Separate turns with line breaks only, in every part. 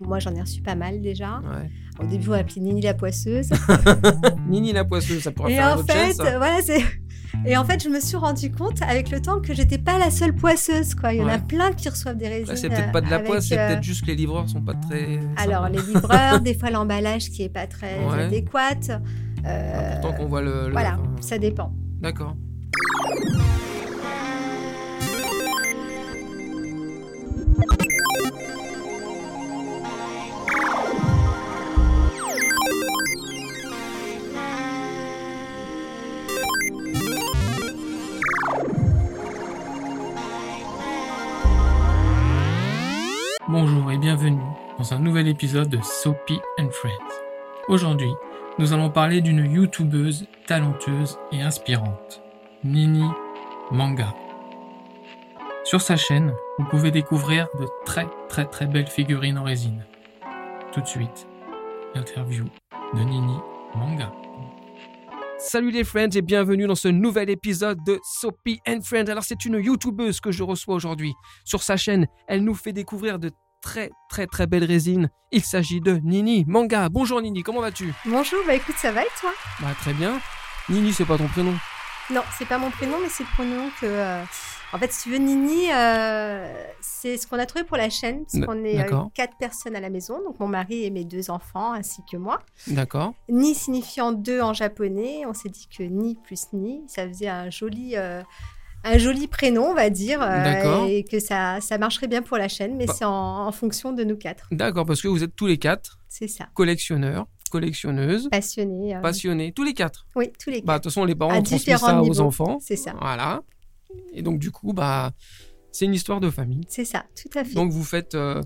Moi, j'en ai reçu pas mal déjà.
Ouais.
Au début, on appelait Nini la poisseuse.
Nini la poisseuse, ça pourrait
Et
faire un
en
autre hein.
fait,
chaîne, ça.
voilà, c'est. Et en fait, je me suis rendu compte avec le temps que j'étais pas la seule poisseuse, quoi. Il y en a
Ouais.
plein qui reçoivent des résines.
Ah, c'est peut-être pas de la
avec,
poisse, c'est
euh,
peut-être juste que les livreurs sont pas très.
Alors,
sympas.
les livreurs, des fois l'emballage qui est pas très
Ouais.
adéquat. Euh,
Pourtant qu'on voit le. le-
voilà,
enfin,
ça dépend.
D'accord.
Bonjour et bienvenue dans un nouvel épisode de Soapy and Friends. Aujourd'hui, nous allons parler d'une youtubeuse talentueuse et inspirante, Nini Manga. Sur sa chaîne, vous pouvez découvrir de très très très belles figurines en résine. Tout de suite, l'interview de Nini Manga.
Salut les friends et bienvenue dans ce nouvel épisode de Soapy and Friends. Alors c'est une youtubeuse que je reçois aujourd'hui. Sur sa chaîne, elle nous fait découvrir de très très très belles résines. Il s'agit de Nini Manga. Bonjour Nini, comment vas-tu
Bonjour, bah écoute, ça va et toi
Bah très bien. Nini, c'est pas ton prénom.
Non, c'est pas mon prénom, mais c'est le prénom que. euh, En fait, si tu veux, Nini, euh, c'est ce qu'on a trouvé pour la chaîne, parce
D-
qu'on est euh,
d'accord.
quatre personnes à la maison, donc mon mari et mes deux enfants, ainsi que moi.
D'accord.
Ni signifiant deux en japonais, on s'est dit que ni plus ni, ça faisait un joli. euh, Un joli prénom, on va dire, euh,
D'accord.
et que ça, ça marcherait bien pour la chaîne, mais
Bah-
c'est en, en fonction de nous quatre.
D'accord, parce que vous êtes tous les quatre
C'est ça.
collectionneurs, collectionneuses,
Passionnés. euh,
passionnés, tous les quatre.
Oui, tous
Bah
les
de
quatre.
toute façon, les parents
À
ont transmis
différents
ça aux
niveaux.
enfants.
C'est ça.
Voilà. Et donc du coup, bah c'est une histoire de famille.
C'est ça, tout à fait.
Donc vous faites, euh,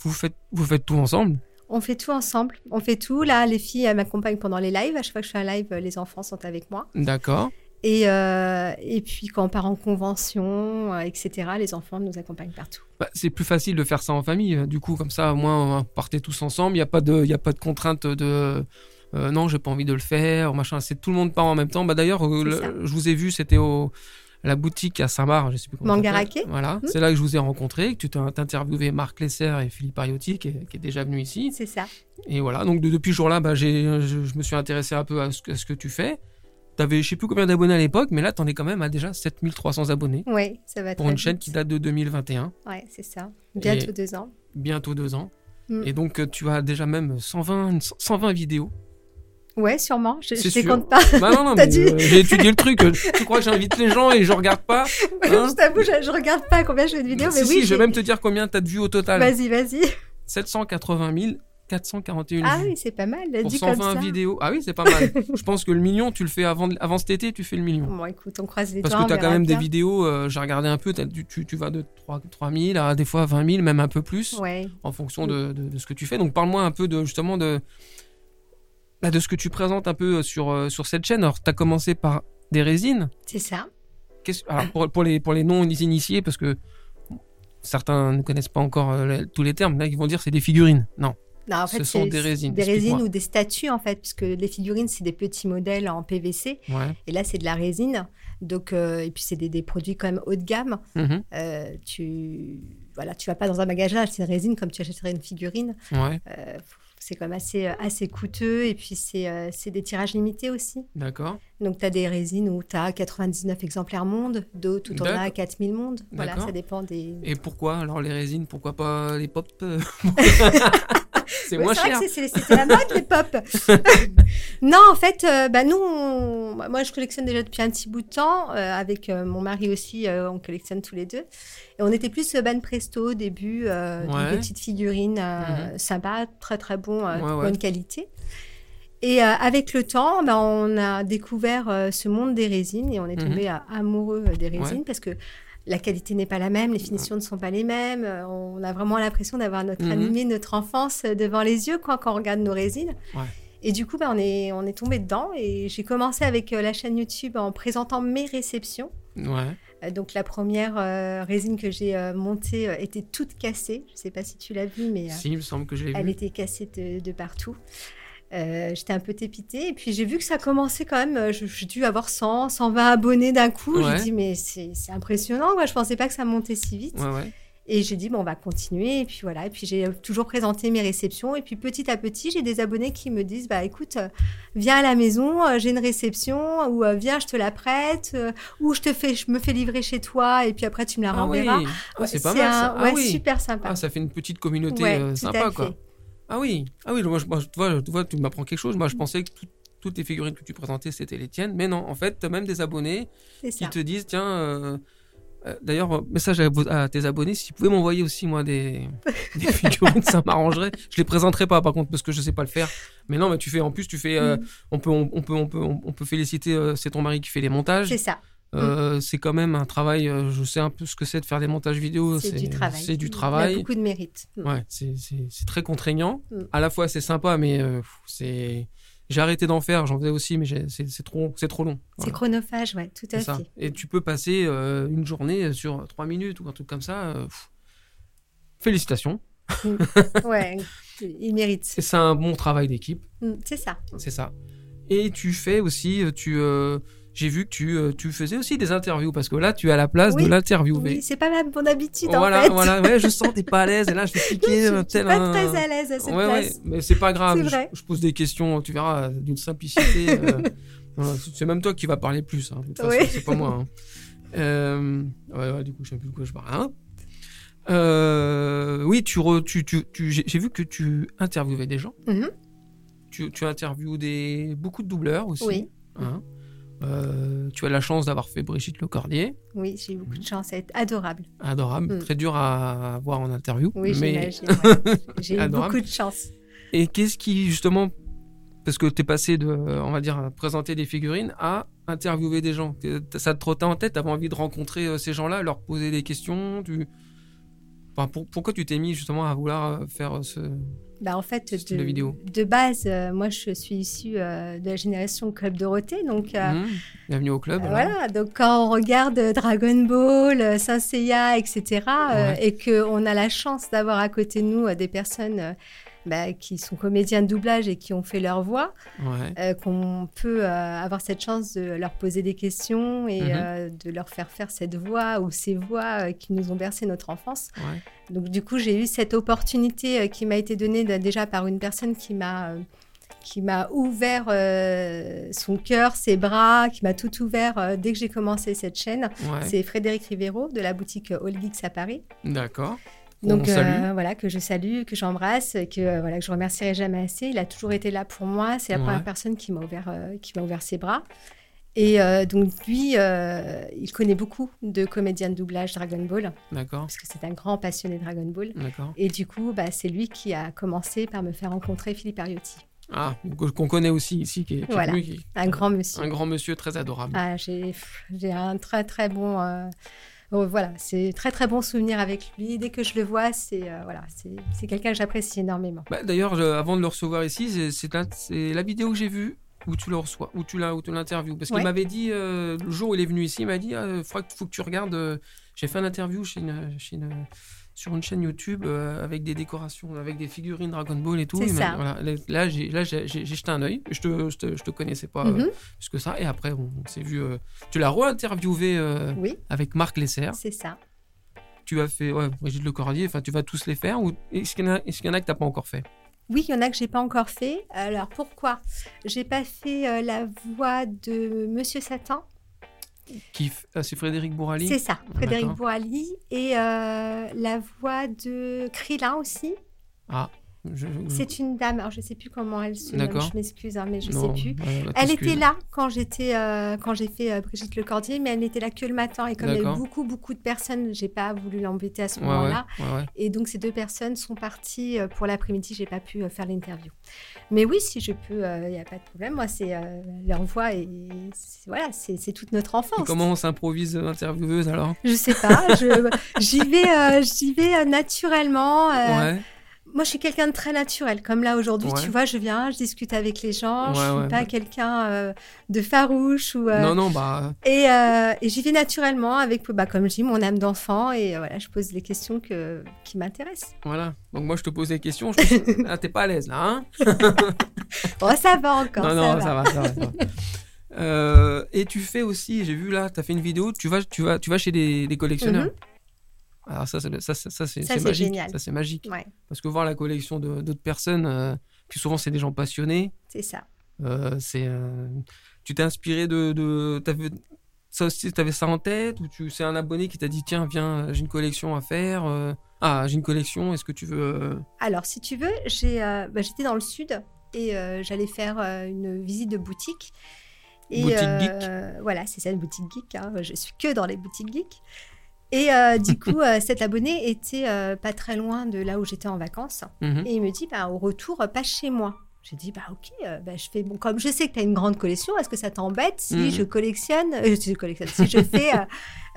vous faites, vous faites tout ensemble.
On fait tout ensemble. On fait tout. Là, les filles elles m'accompagnent pendant les lives. À chaque fois que je fais un live, euh, les enfants sont avec moi.
D'accord.
Et, euh, et puis, quand on part en convention, euh, etc., les enfants nous accompagnent partout.
Bah, c'est plus facile de faire ça en famille. euh, Du coup, comme ça, au moins, euh, partez tous ensemble. Il n'y a pas de, il y a pas de contrainte de. euh, non, j'ai pas envie de le faire, machin. C'est tout le monde part en même temps. Bah d'ailleurs, euh,
C'est
le-
ça.
je vous ai vu, c'était au à la boutique à Saint-Marc, je sais plus comment. ça
Mangaraké.
s'appelle. Voilà,
Hmm.
c'est là que je vous ai rencontré, que tu t'as t'as interviewé Marc Lesser et Philippe Ariotti, qui est, qui est déjà venu ici.
C'est ça.
Et voilà, donc de- depuis ce jour-là, bah, j'ai- je, je me suis intéressé un peu à ce, que- à ce que tu fais. T'avais, je sais plus combien d'abonnés à l'époque, mais là, t'en es quand même à déjà 7300 abonnés
Oui, ça va
pour
très
une chaîne
vite.
qui date de 2021,
Ouais, c'est ça. Bientôt
Et-
deux ans.
bientôt deux ans.
Mm.
Et donc, euh, tu as déjà même 120, une- 120 vidéos.
Ouais, sûrement. Je
C'est
ne les
sûr.
compte pas.
Bah non, non,
T'as
mais,
dit-
euh, j'ai étudié le truc. Tu crois que j'invite les gens et je regarde pas Hein
je t'avoue, je, je regarde pas combien je fais de vidéos.
Si,
Mais
si,
oui,
je vais
j'ai-
même te dire combien t'as de vues au total.
Vas-y, vas-y.
780 441
Ah
vues.
oui, c'est pas mal.
pour
Dit comme
120
ça.
vidéos. Ah oui, c'est pas mal. je pense que le million, tu le fais avant, de- avant cet été, tu fais le million.
Bon, écoute, on croise les
Parce
doigts.
que tu as
on
quand
verra
même des
bien.
vidéos, euh, j'ai regardé un peu, t'as- tu, tu- tu vas de 3, 000 à des fois 20 000, même un peu plus,
Ouais.
en
Mm.
fonction de, de- de ce que tu fais. Donc parle-moi un peu de justement de, bah, de ce que tu présentes un peu euh, sur, euh, sur cette chaîne. Alors, tu as commencé par des résines.
C'est ça.
Qu'est-ce-
Ah.
alors, pour, pour les, pour les non-initiés, parce que certains ne connaissent pas encore euh, les- tous les termes, là, ils vont dire c'est des figurines. Non,
Non, Bah, en
Ce
fait,
sont
c'est-
des résines,
Des
explique-moi.
résines ou des statues, en fait, puisque les figurines, c'est des petits modèles en PVC.
ouais.
Et là, c'est de la résine. Donc, euh, et puis, c'est des, des produits quand même haut de gamme.
Mhm.
Euh, tu voilà, tu vas pas dans un magasin acheter une résine comme tu achèterais une figurine.
ouais,
Euh, c'est quand même assez, euh, assez coûteux. Et puis, c'est euh, c'est des tirages limités aussi.
d'accord.
Donc, tu as des résines où tu as 99 exemplaires monde, d'autres où tu en as
D'accord.
4000 mondes. Voilà,
D'accord.
ça dépend des.
Et pourquoi alors les résines Pourquoi pas les pop euh, C'est
Ouais,
moins
c'est vrai
cher.
que c'est- c'est- C'était la mode, les pop. non, en fait, euh, bah, nous, on- bah, moi, je collectionne déjà depuis un petit bout de temps. euh, avec euh, mon mari aussi, euh, on collectionne tous les deux. Et on était plus euh, Ban Presto au début, euh,
Ouais. Mhm.
des petites figurines euh, sympas, très très bon, euh,
Ouais,
de
ouais.
bonne qualité. Et euh, avec le temps, bah, on a découvert euh, ce monde des résines et on est
Mhm.
tombé euh, amoureux euh, des résines parce que la qualité n'est pas la même, les finitions ne sont pas les mêmes. euh, On a vraiment l'impression d'avoir notre
Mhm.
animé, notre enfance euh, devant les yeux quoi, quand on regarde nos résines.
Ouais.
Et du coup, ben, on est, on est tombé dedans. Et j'ai commencé avec euh, la chaîne YouTube en présentant mes réceptions.
Ouais.
Euh, donc la première euh, résine que j'ai euh, montée euh, était toute cassée. Je ne sais pas si tu l'as vue, mais euh,
Si, il me semble que je l'ai vu.
elle était cassée de, de partout. Euh, J'étais un peu tépitée. Et puis j'ai vu que ça commençait quand même. euh, je- J'ai dû avoir 100, 120 abonnés d'un coup.
Ouais.
J'ai dit, mais c'est c'est impressionnant. Quoi. Je ne pensais pas que ça montait si vite.
Ouais, ouais.
Et j'ai dit, bon, on va continuer. Et puis voilà. Et puis j'ai euh, toujours présenté mes réceptions. Et puis petit à petit, j'ai des abonnés qui me disent, bah écoute, euh, viens à la maison, euh, j'ai une réception, ou euh, viens, je te la prête, euh, ou je te fais, je me fais livrer chez toi, et puis après tu me la
Ah oui,
renverras.
Ah, c'est
Ouais,
pas mal ça.
un-
Ah
ouais,
oui.
super sympa.
Ah, ça fait une petite communauté
Ouais,
euh,
tout à
sympa,
fait.
quoi. Ah oui, ah oui moi, je, moi, je- tu vois, tu vois, tu m'apprends quelque chose. Moi,
Mm.
je pensais que tout- toutes les figurines que tu présentais, c'était les tiennes. Mais non, en fait, tu as même des abonnés
C'est
qui
ça.
te disent, tiens, euh, euh, d'ailleurs, euh, message à, vos- à tes abonnés, si vous pouvez m'envoyer aussi, moi, des, des figurines, ça m'arrangerait. Je les présenterai pas, par contre, parce que je sais pas le faire. Mais non, mais tu fais, en plus, tu fais, euh,
Mm.
on, peut, on, on peut, on peut, on, on peut féliciter, euh, c'est ton mari qui fait les montages.
C'est ça.
Euh, C'est quand même un travail, euh, je sais un peu ce que c'est de faire des montages vidéo.
C'est du travail.
C'est du
Il y a
travail.
beaucoup de mérite. Mm.
Ouais, c'est- c'est c'est très contraignant.
Mm.
À la fois, c'est sympa, mais euh, pff, c'est. J'ai arrêté d'en faire, j'en faisais aussi, mais j'ai- c'est c'est trop, c'est trop long. Voilà,
C'est chronophage, ouais, tout à
c'est ça.
fait.
Et tu peux passer euh, une journée sur trois minutes ou un truc comme ça. euh, pff. Félicitations.
ouais, il mérite.
Et C'est un bon travail d'équipe,
Mm, C'est ça.
c'est ça. Et tu fais aussi, euh, tu. euh, j'ai vu que tu, euh, tu faisais aussi des interviews parce que là, tu es à la place de
Oui.
l'interviewer.
Oui, c'est pas ma bonne habitude
voilà,
en fait.
voilà. Ouais, je sens t'es pas à l'aise et là, je vais piquer
Je
un
suis
tel.
pas
un-
très à l'aise à cette
Ouais, ouais,
place.
mais c'est pas grave.
C'est
je-
vrai.
Je, pose des questions, tu verras, euh, d'une simplicité. euh, voilà, c'est- c'est même toi qui vas parler plus. hein, de toute façon,
Oui.
C'est pas moi. hein. Euh, ouais, ouais, du coup, je sais plus de quoi je parle. Hein Euh, oui, tu, re- tu, tu, tu- j'ai j'ai vu que tu interviewais des gens.
Mhm.
Tu, tu interviews des, beaucoup de doubleurs aussi.
Oui,
hein. Euh, tu as la chance d'avoir fait Brigitte Lecordier.
oui, j'ai eu beaucoup
Mhm.
de chance, c'est adorable.
Adorable,
Mm.
très dur à voir en interview.
Oui,
mais
j'imagine. ouais. J'ai eu
Adorable.
beaucoup de chance.
Et qu'est-ce qui, justement, parce que tu es passé de, euh, on va dire, à présenter des figurines à interviewer des gens. Euh, t- Ça te trottait en tête, t'avais envie de rencontrer euh, ces gens-là, leur poser des questions. Tu... Enfin, pour- pourquoi tu t'es mis justement à vouloir euh, faire euh, ce...
Bah, en fait,
Ce style
de,
de vidéo.
de base, euh, moi, je suis issue euh, de la génération Club Dorothée. Donc, euh,
Mmh. Bienvenue au club.
euh,
voilà.
voilà. Donc, quand on regarde euh, Dragon Ball, euh, Saint Seiya, etc., euh,
Ouais.
et qu'on a la chance d'avoir à côté de nous euh, des personnes euh, bah, qui sont comédiens de doublage et qui ont fait leur voix,
Ouais.
euh, qu'on peut euh, avoir cette chance de leur poser des questions et
Mhm.
euh, de leur faire faire cette voix ou ces voix euh, qui nous ont bercé notre enfance.
Ouais.
Donc du coup, j'ai eu cette opportunité euh, qui m'a été donnée d- déjà par une personne qui m'a euh, qui m'a ouvert euh, son cœur, ses bras, qui m'a tout ouvert euh, dès que j'ai commencé cette chaîne.
ouais.
C'est Frédéric Rivero de la boutique euh, All Geeks à Paris.
D'accord. Qu'on
Donc
salue.
euh, voilà, que je salue, que j'embrasse, et que euh, voilà, que je remercierai jamais assez. Il a toujours été là pour moi. C'est la
Ouais.
première personne qui m'a ouvert, euh, qui m'a ouvert ses bras. Et euh, donc lui, euh, il connaît beaucoup de comédiens de doublage Dragon Ball,
D'accord.
parce que c'est un grand passionné de Dragon Ball.
D'accord.
Et du coup, bah, c'est lui qui a commencé par me faire rencontrer Philippe Ariotti,
Ah, que- qu'on connaît aussi ici, qui est, qui est
Voilà.
venu, qui-
un grand monsieur.
un grand monsieur très adorable.
Ah, j'ai pff, j'ai un très très bon. euh, oh, voilà, c'est très très bon souvenir avec lui. Dès que je le vois, c'est euh, voilà, c'est c'est quelqu'un que j'apprécie énormément.
Bah, D'ailleurs, je- avant de le recevoir ici, c'est- c'est un- c'est la vidéo que j'ai vue où tu le reçois, où tu l'as- où tu l'interviews. Parce qu'il
Ouais.
m'avait dit, euh, le jour où il est venu ici, il m'a dit, ah, il faut, que tu regardes, euh, j'ai fait un interview chez une- chez une- sur une chaîne YouTube euh, avec des décorations, avec des figurines Dragon Ball et tout.
C'est
Il m'a
ça.
dit, voilà, là, là, j'ai là, j'ai- j'ai- j'ai jeté un œil, je te, je te, je te connaissais pas
Mhm.
euh, plus que ça. Et après, on, on s'est vu, euh, tu l'as re-interviewé euh,
Oui,
avec Marc Lesser.
c'est ça.
Tu as fait, ouais, Brigitte Le Cordier, enfin, tu vas tous les faire. ou Est-ce qu'il y, en a- est-ce qu'il y en a que tu n'as pas encore fait
Oui, il y en a que j'ai pas encore fait. Alors pourquoi J'ai pas fait euh, la voix de Monsieur Satan.
Qui f- ah, c'est Frédéric Bourali
C'est ça, Frédéric
D'accord.
Boali et euh, la voix de Krillin aussi.
Je- je-
C'est une dame. Alors je sais plus comment elle se nomme.
Mm. D'accord.
Je m'excuse, hein, mais je
Non,
sais plus.
ouais, on va
Elle
t'excuser.
était là quand j'étais euh, quand j'ai fait euh, Brigitte Lecordier, mais elle n'était là que le matin et comme il y a
D'accord.
eu beaucoup beaucoup de personnes, j'ai pas voulu l'embêter à ce
Ouais,
moment-là.
ouais, ouais, ouais.
Et donc ces deux personnes sont parties euh, pour l'après-midi, j'ai pas pu euh, faire l'interview. Mais oui, si je peux, il n'y a pas de problème. Moi, c'est euh, leur voix et c'est- voilà, c'est c'est toute notre
Et
enfance.
comment on s'improvise euh, intervieweuse alors
Je sais pas, je- j'y vais, euh, j'y vais euh, naturellement. euh,
Ouais.
Moi, je suis quelqu'un de très naturel. Comme là aujourd'hui,
Ouais.
tu vois, je viens, je discute avec les gens.
Ouais,
je suis
ouais,
pas
ouais.
quelqu'un euh, de farouche ou. euh,
Non, non, bah.
Et, euh, et j'y vais naturellement avec, bah, comme je dis, mon âme d'enfant et euh, voilà, je pose les questions que, qui m'intéressent.
Voilà. Donc moi, je te pose des questions. Je te- ah, t'es pas à l'aise là, hein
Oh, ça va encore.
Non,
ça
non,
va.
ça va, ça va. ça va. Euh, et tu fais aussi, j'ai vu là, t'as fait une vidéo, tu vas, tu vas, tu vas chez des, des collectionneurs. Alors ça, ça, ça, ça, ça, c'est
Mm-hmm. Ça,
c'est
c'est
magique.
génial.
Ça, c'est magique.
Ouais.
Parce que voir la collection de- d'autres personnes, euh, puis souvent, c'est des gens passionnés.
C'est ça.
euh, c'est, euh, tu t'es inspiré de. de t'avais- ça aussi, tu avais ça en tête Ou tu- c'est un abonné qui t'a dit tiens, viens, j'ai une collection à faire. euh, ah, j'ai une collection, est-ce que tu veux. euh,
Alors, si tu veux, j'ai, euh, bah, j'étais dans le sud et euh, j'allais faire euh, une visite de boutique.
Boutique
geek. Voilà, c'est ça une boutique geek. hein. Je suis que dans les boutiques geek. Et euh, du coup, euh, cet abonné était euh, pas très loin de là où j'étais en vacances.
mhm.
Et il me dit, bah, au retour, euh, passe chez moi. J'ai dit, bah, ok, euh, bah, je fais, bon, comme je sais que tu as une grande collection, est-ce que ça t'embête si
Mhm.
je collectionne, euh, si je collectionne, si je fais euh,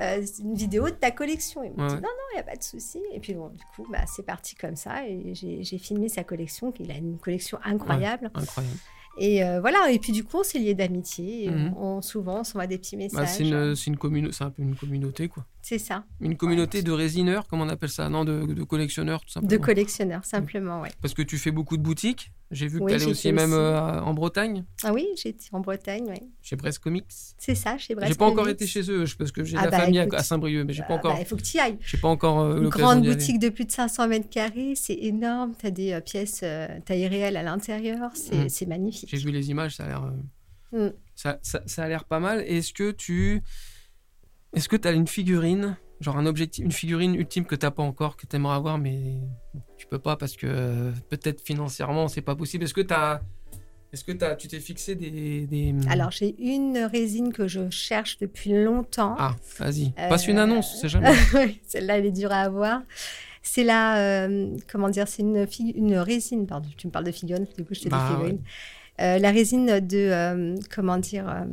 euh, une vidéo de ta collection Il m'a
Ouais,
dit,
ouais.
non, non, il n'y a pas de souci. Et puis, bon, du coup, bah, c'est parti comme ça. Et j'ai j'ai filmé sa collection, qu'il a une collection incroyable.
Incroyable.
Et euh, voilà, et puis, du coup, on s'est liés d'amitié. et
Mhm.
on, souvent, on s'envoie des petits messages.
Bah, c'est une, c'est une communo- c'est un peu une communauté, quoi.
C'est ça,
Une communauté de résineurs, comment on appelle ça Non, de, de collectionneurs, tout simplement.
de collectionneurs, simplement, ouais.
Parce que tu fais beaucoup de boutiques. J'ai vu que
Oui,
tu allais
j'ai
aussi
fait
même
aussi.
euh, en Bretagne,
Ah oui, j'étais en Bretagne, ouais.
chez Brest Comics.
C'est ça, chez Brest.
J'ai pas encore
Comics.
été chez eux, je- parce que j'ai
Ah
la
bah,
famille à-
écoute.
à Saint-Brieuc, mais j'ai pas
Ah,
encore,
bah, Il faut que tu y ailles.
j'ai pas encore euh,
Une
l'occasion
grande
d'y aller.
boutique de plus de 500 mètres carrés, c'est énorme. Tu as des euh, pièces euh, taille réelle à l'intérieur, c'est
Mm.
c'est magnifique.
J'ai vu les images, ça a l'air, euh,
Mm.
ça, ça- ça a l'air pas mal. Et Est-ce que tu, est-ce que t'as une figurine, genre un objectif, une figurine ultime que t'as pas encore, que t'aimerais avoir, mais tu peux pas parce que euh, peut-être financièrement c'est pas possible. Est-ce que t'as, est-ce que t'as, tu t'es fixé des, des... mm.
Alors, j'ai une résine que je cherche depuis longtemps.
ah, vas-y,
Euh,
passe une annonce, c'est jamais.
Celle-là, elle est dure à avoir. C'est la, euh, comment dire, c'est une, figu- une résine, pardon, tu me parles de figurine, du coup je te
Bah,
dis figurine. Euh, la résine de, euh, comment dire, euh,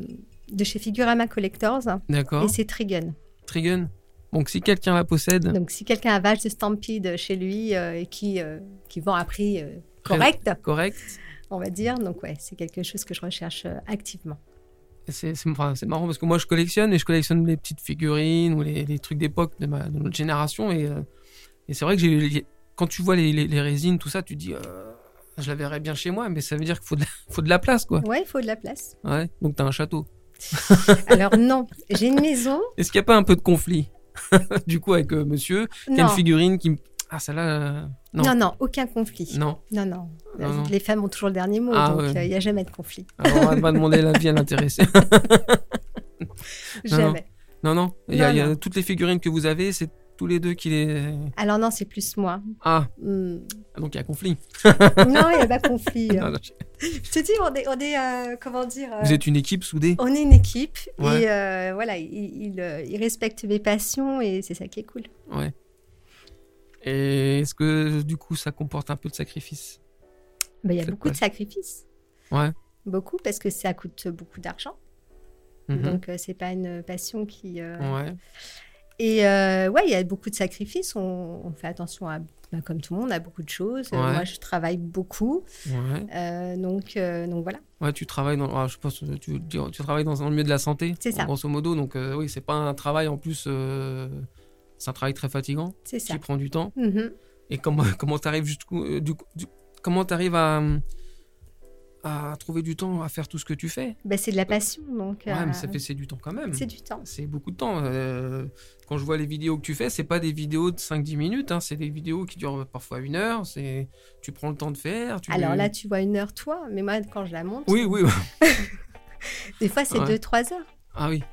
de chez Figurama Collectors, hein,
D'accord.
et c'est Trigun.
Trigun. Donc si quelqu'un la possède,
Donc, si quelqu'un a Vache de Stampede chez lui euh, et qui, euh, qui vend à prix euh,
Très-
correct,
correct.
on va dire. Donc ouais, c'est quelque chose que je recherche euh, activement.
C'est c'est- enfin, c'est marrant parce que moi je collectionne et je collectionne les petites figurines ou les, les trucs d'époque de, ma- de notre génération. Et, euh, et c'est vrai que j'ai- j'ai- quand tu vois les, les- les résines, tout ça, tu te dis euh, je la verrais bien chez moi, mais ça veut dire qu'il faut, de la- faut de la place quoi.
Ouais, il faut de la place.
Ouais, donc t'as un château.
Alors non, j'ai une maison.
Est-ce qu'il n'y a pas un peu de conflit du coup avec euh, monsieur qui a
Non.
une figurine qui me. Ah, celle-là. euh, non.
non. non, aucun conflit.
Non.
Non, non. Euh,
Non, non.
Les femmes ont toujours le dernier mot,
Ah,
donc euh, il
ouais.
n'y a jamais de conflit.
Alors, on va pas demander l'avis à l'intéressé. Non, non.
Jamais.
Non, non. Il y a-
Non,
il y a
non.
toutes les figurines que vous avez, c'est tous les deux qui les.
Alors non, c'est plus moi.
Ah,
Hmm.
donc il y a conflit.
non, il n'y a pas de conflit.
Non, non,
Je te dis, on est, on est euh, comment dire. euh,
Vous êtes une équipe soudée.
On est une équipe
Ouais.
et euh, voilà, il, il, euh, il respecte mes passions et c'est ça qui est cool.
Ouais. Et est-ce que du coup ça comporte un peu de sacrifice
Ben, Il y a
Faites
beaucoup de
pas-
sacrifices.
Ouais.
Beaucoup parce que ça coûte beaucoup d'argent.
Mhm.
Donc euh, c'est pas une passion qui, euh,
Ouais.
Et euh, ouais, il y a beaucoup de sacrifices. On, on fait attention à, bah, comme tout le monde, à beaucoup de choses. Euh,
Ouais.
Moi, je travaille beaucoup,
ouais.
Euh, donc euh, donc voilà.
Ouais, tu travailles dans, ah, je pense, que tu, veux dire- tu travailles dans un milieu de la santé,
C'est ça.
grosso modo. Donc euh, oui, c'est pas un travail en plus, euh, c'est un travail très fatigant
C'est ça.
qui prend du temps.
Mhm.
Et comment comment t'arrives jusqu'où, euh, du, coup- du- comment t'arrives à à trouver du temps à faire tout ce que tu fais
Bah, c'est de la passion, donc.
Ouais,
euh,
mais ça fait c'est du temps quand même.
C'est du temps.
C'est beaucoup de temps. Euh, quand je vois les vidéos que tu fais, c'est pas des vidéos de 5-10 minutes, hein, c'est des vidéos qui durent parfois une heure. C'est tu prends le temps de faire. Tu...
Alors là, tu vois une heure toi, mais moi, quand je la monte,
oui, oui.
des fois, c'est
Ouais.
deux trois heures.
Ah oui.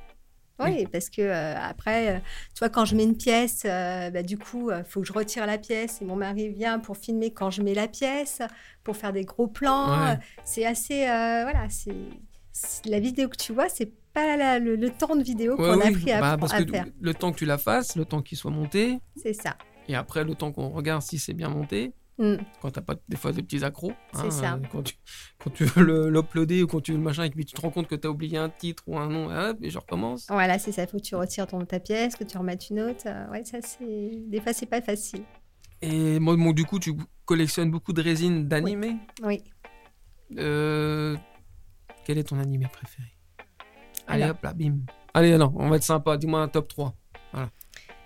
Oui, parce que euh, après, euh, tu vois, quand je mets une pièce, euh, bah, du coup, il faut que je retire la pièce et mon mari vient pour filmer quand je mets la pièce, pour faire des gros plans.
Ouais.
Euh, C'est assez, euh, voilà, c'est c'est- la vidéo que tu vois, c'est pas la- le, le temps de vidéo
Ouais,
qu'on a
oui.
pris à,
Bah, parce
à
que
faire.
le temps que tu la fasses, le temps qu'il soit monté,
C'est ça.
et après le temps qu'on regarde si c'est bien monté.
Mm.
Quand t'as pas des fois des petits accros,
C'est ça.
euh, quand, tu, quand tu veux le- l'uploader ou quand tu veux le machin et que tu te rends compte que t'as oublié un titre ou un nom, et hop, et je recommence.
Voilà, c'est ça. Il faut que tu retires ton, ta pièce, que tu remettes une autre. Euh, ouais, ça, c'est. Des fois, c'est pas facile.
Et moi, bon, du coup, tu collectionnes beaucoup de résines d'animés.
Oui.
Euh, quel est ton animé préféré Allez
Alors.
hop là, bim. Allez, non, on va être sympa. Dis-moi un top 3.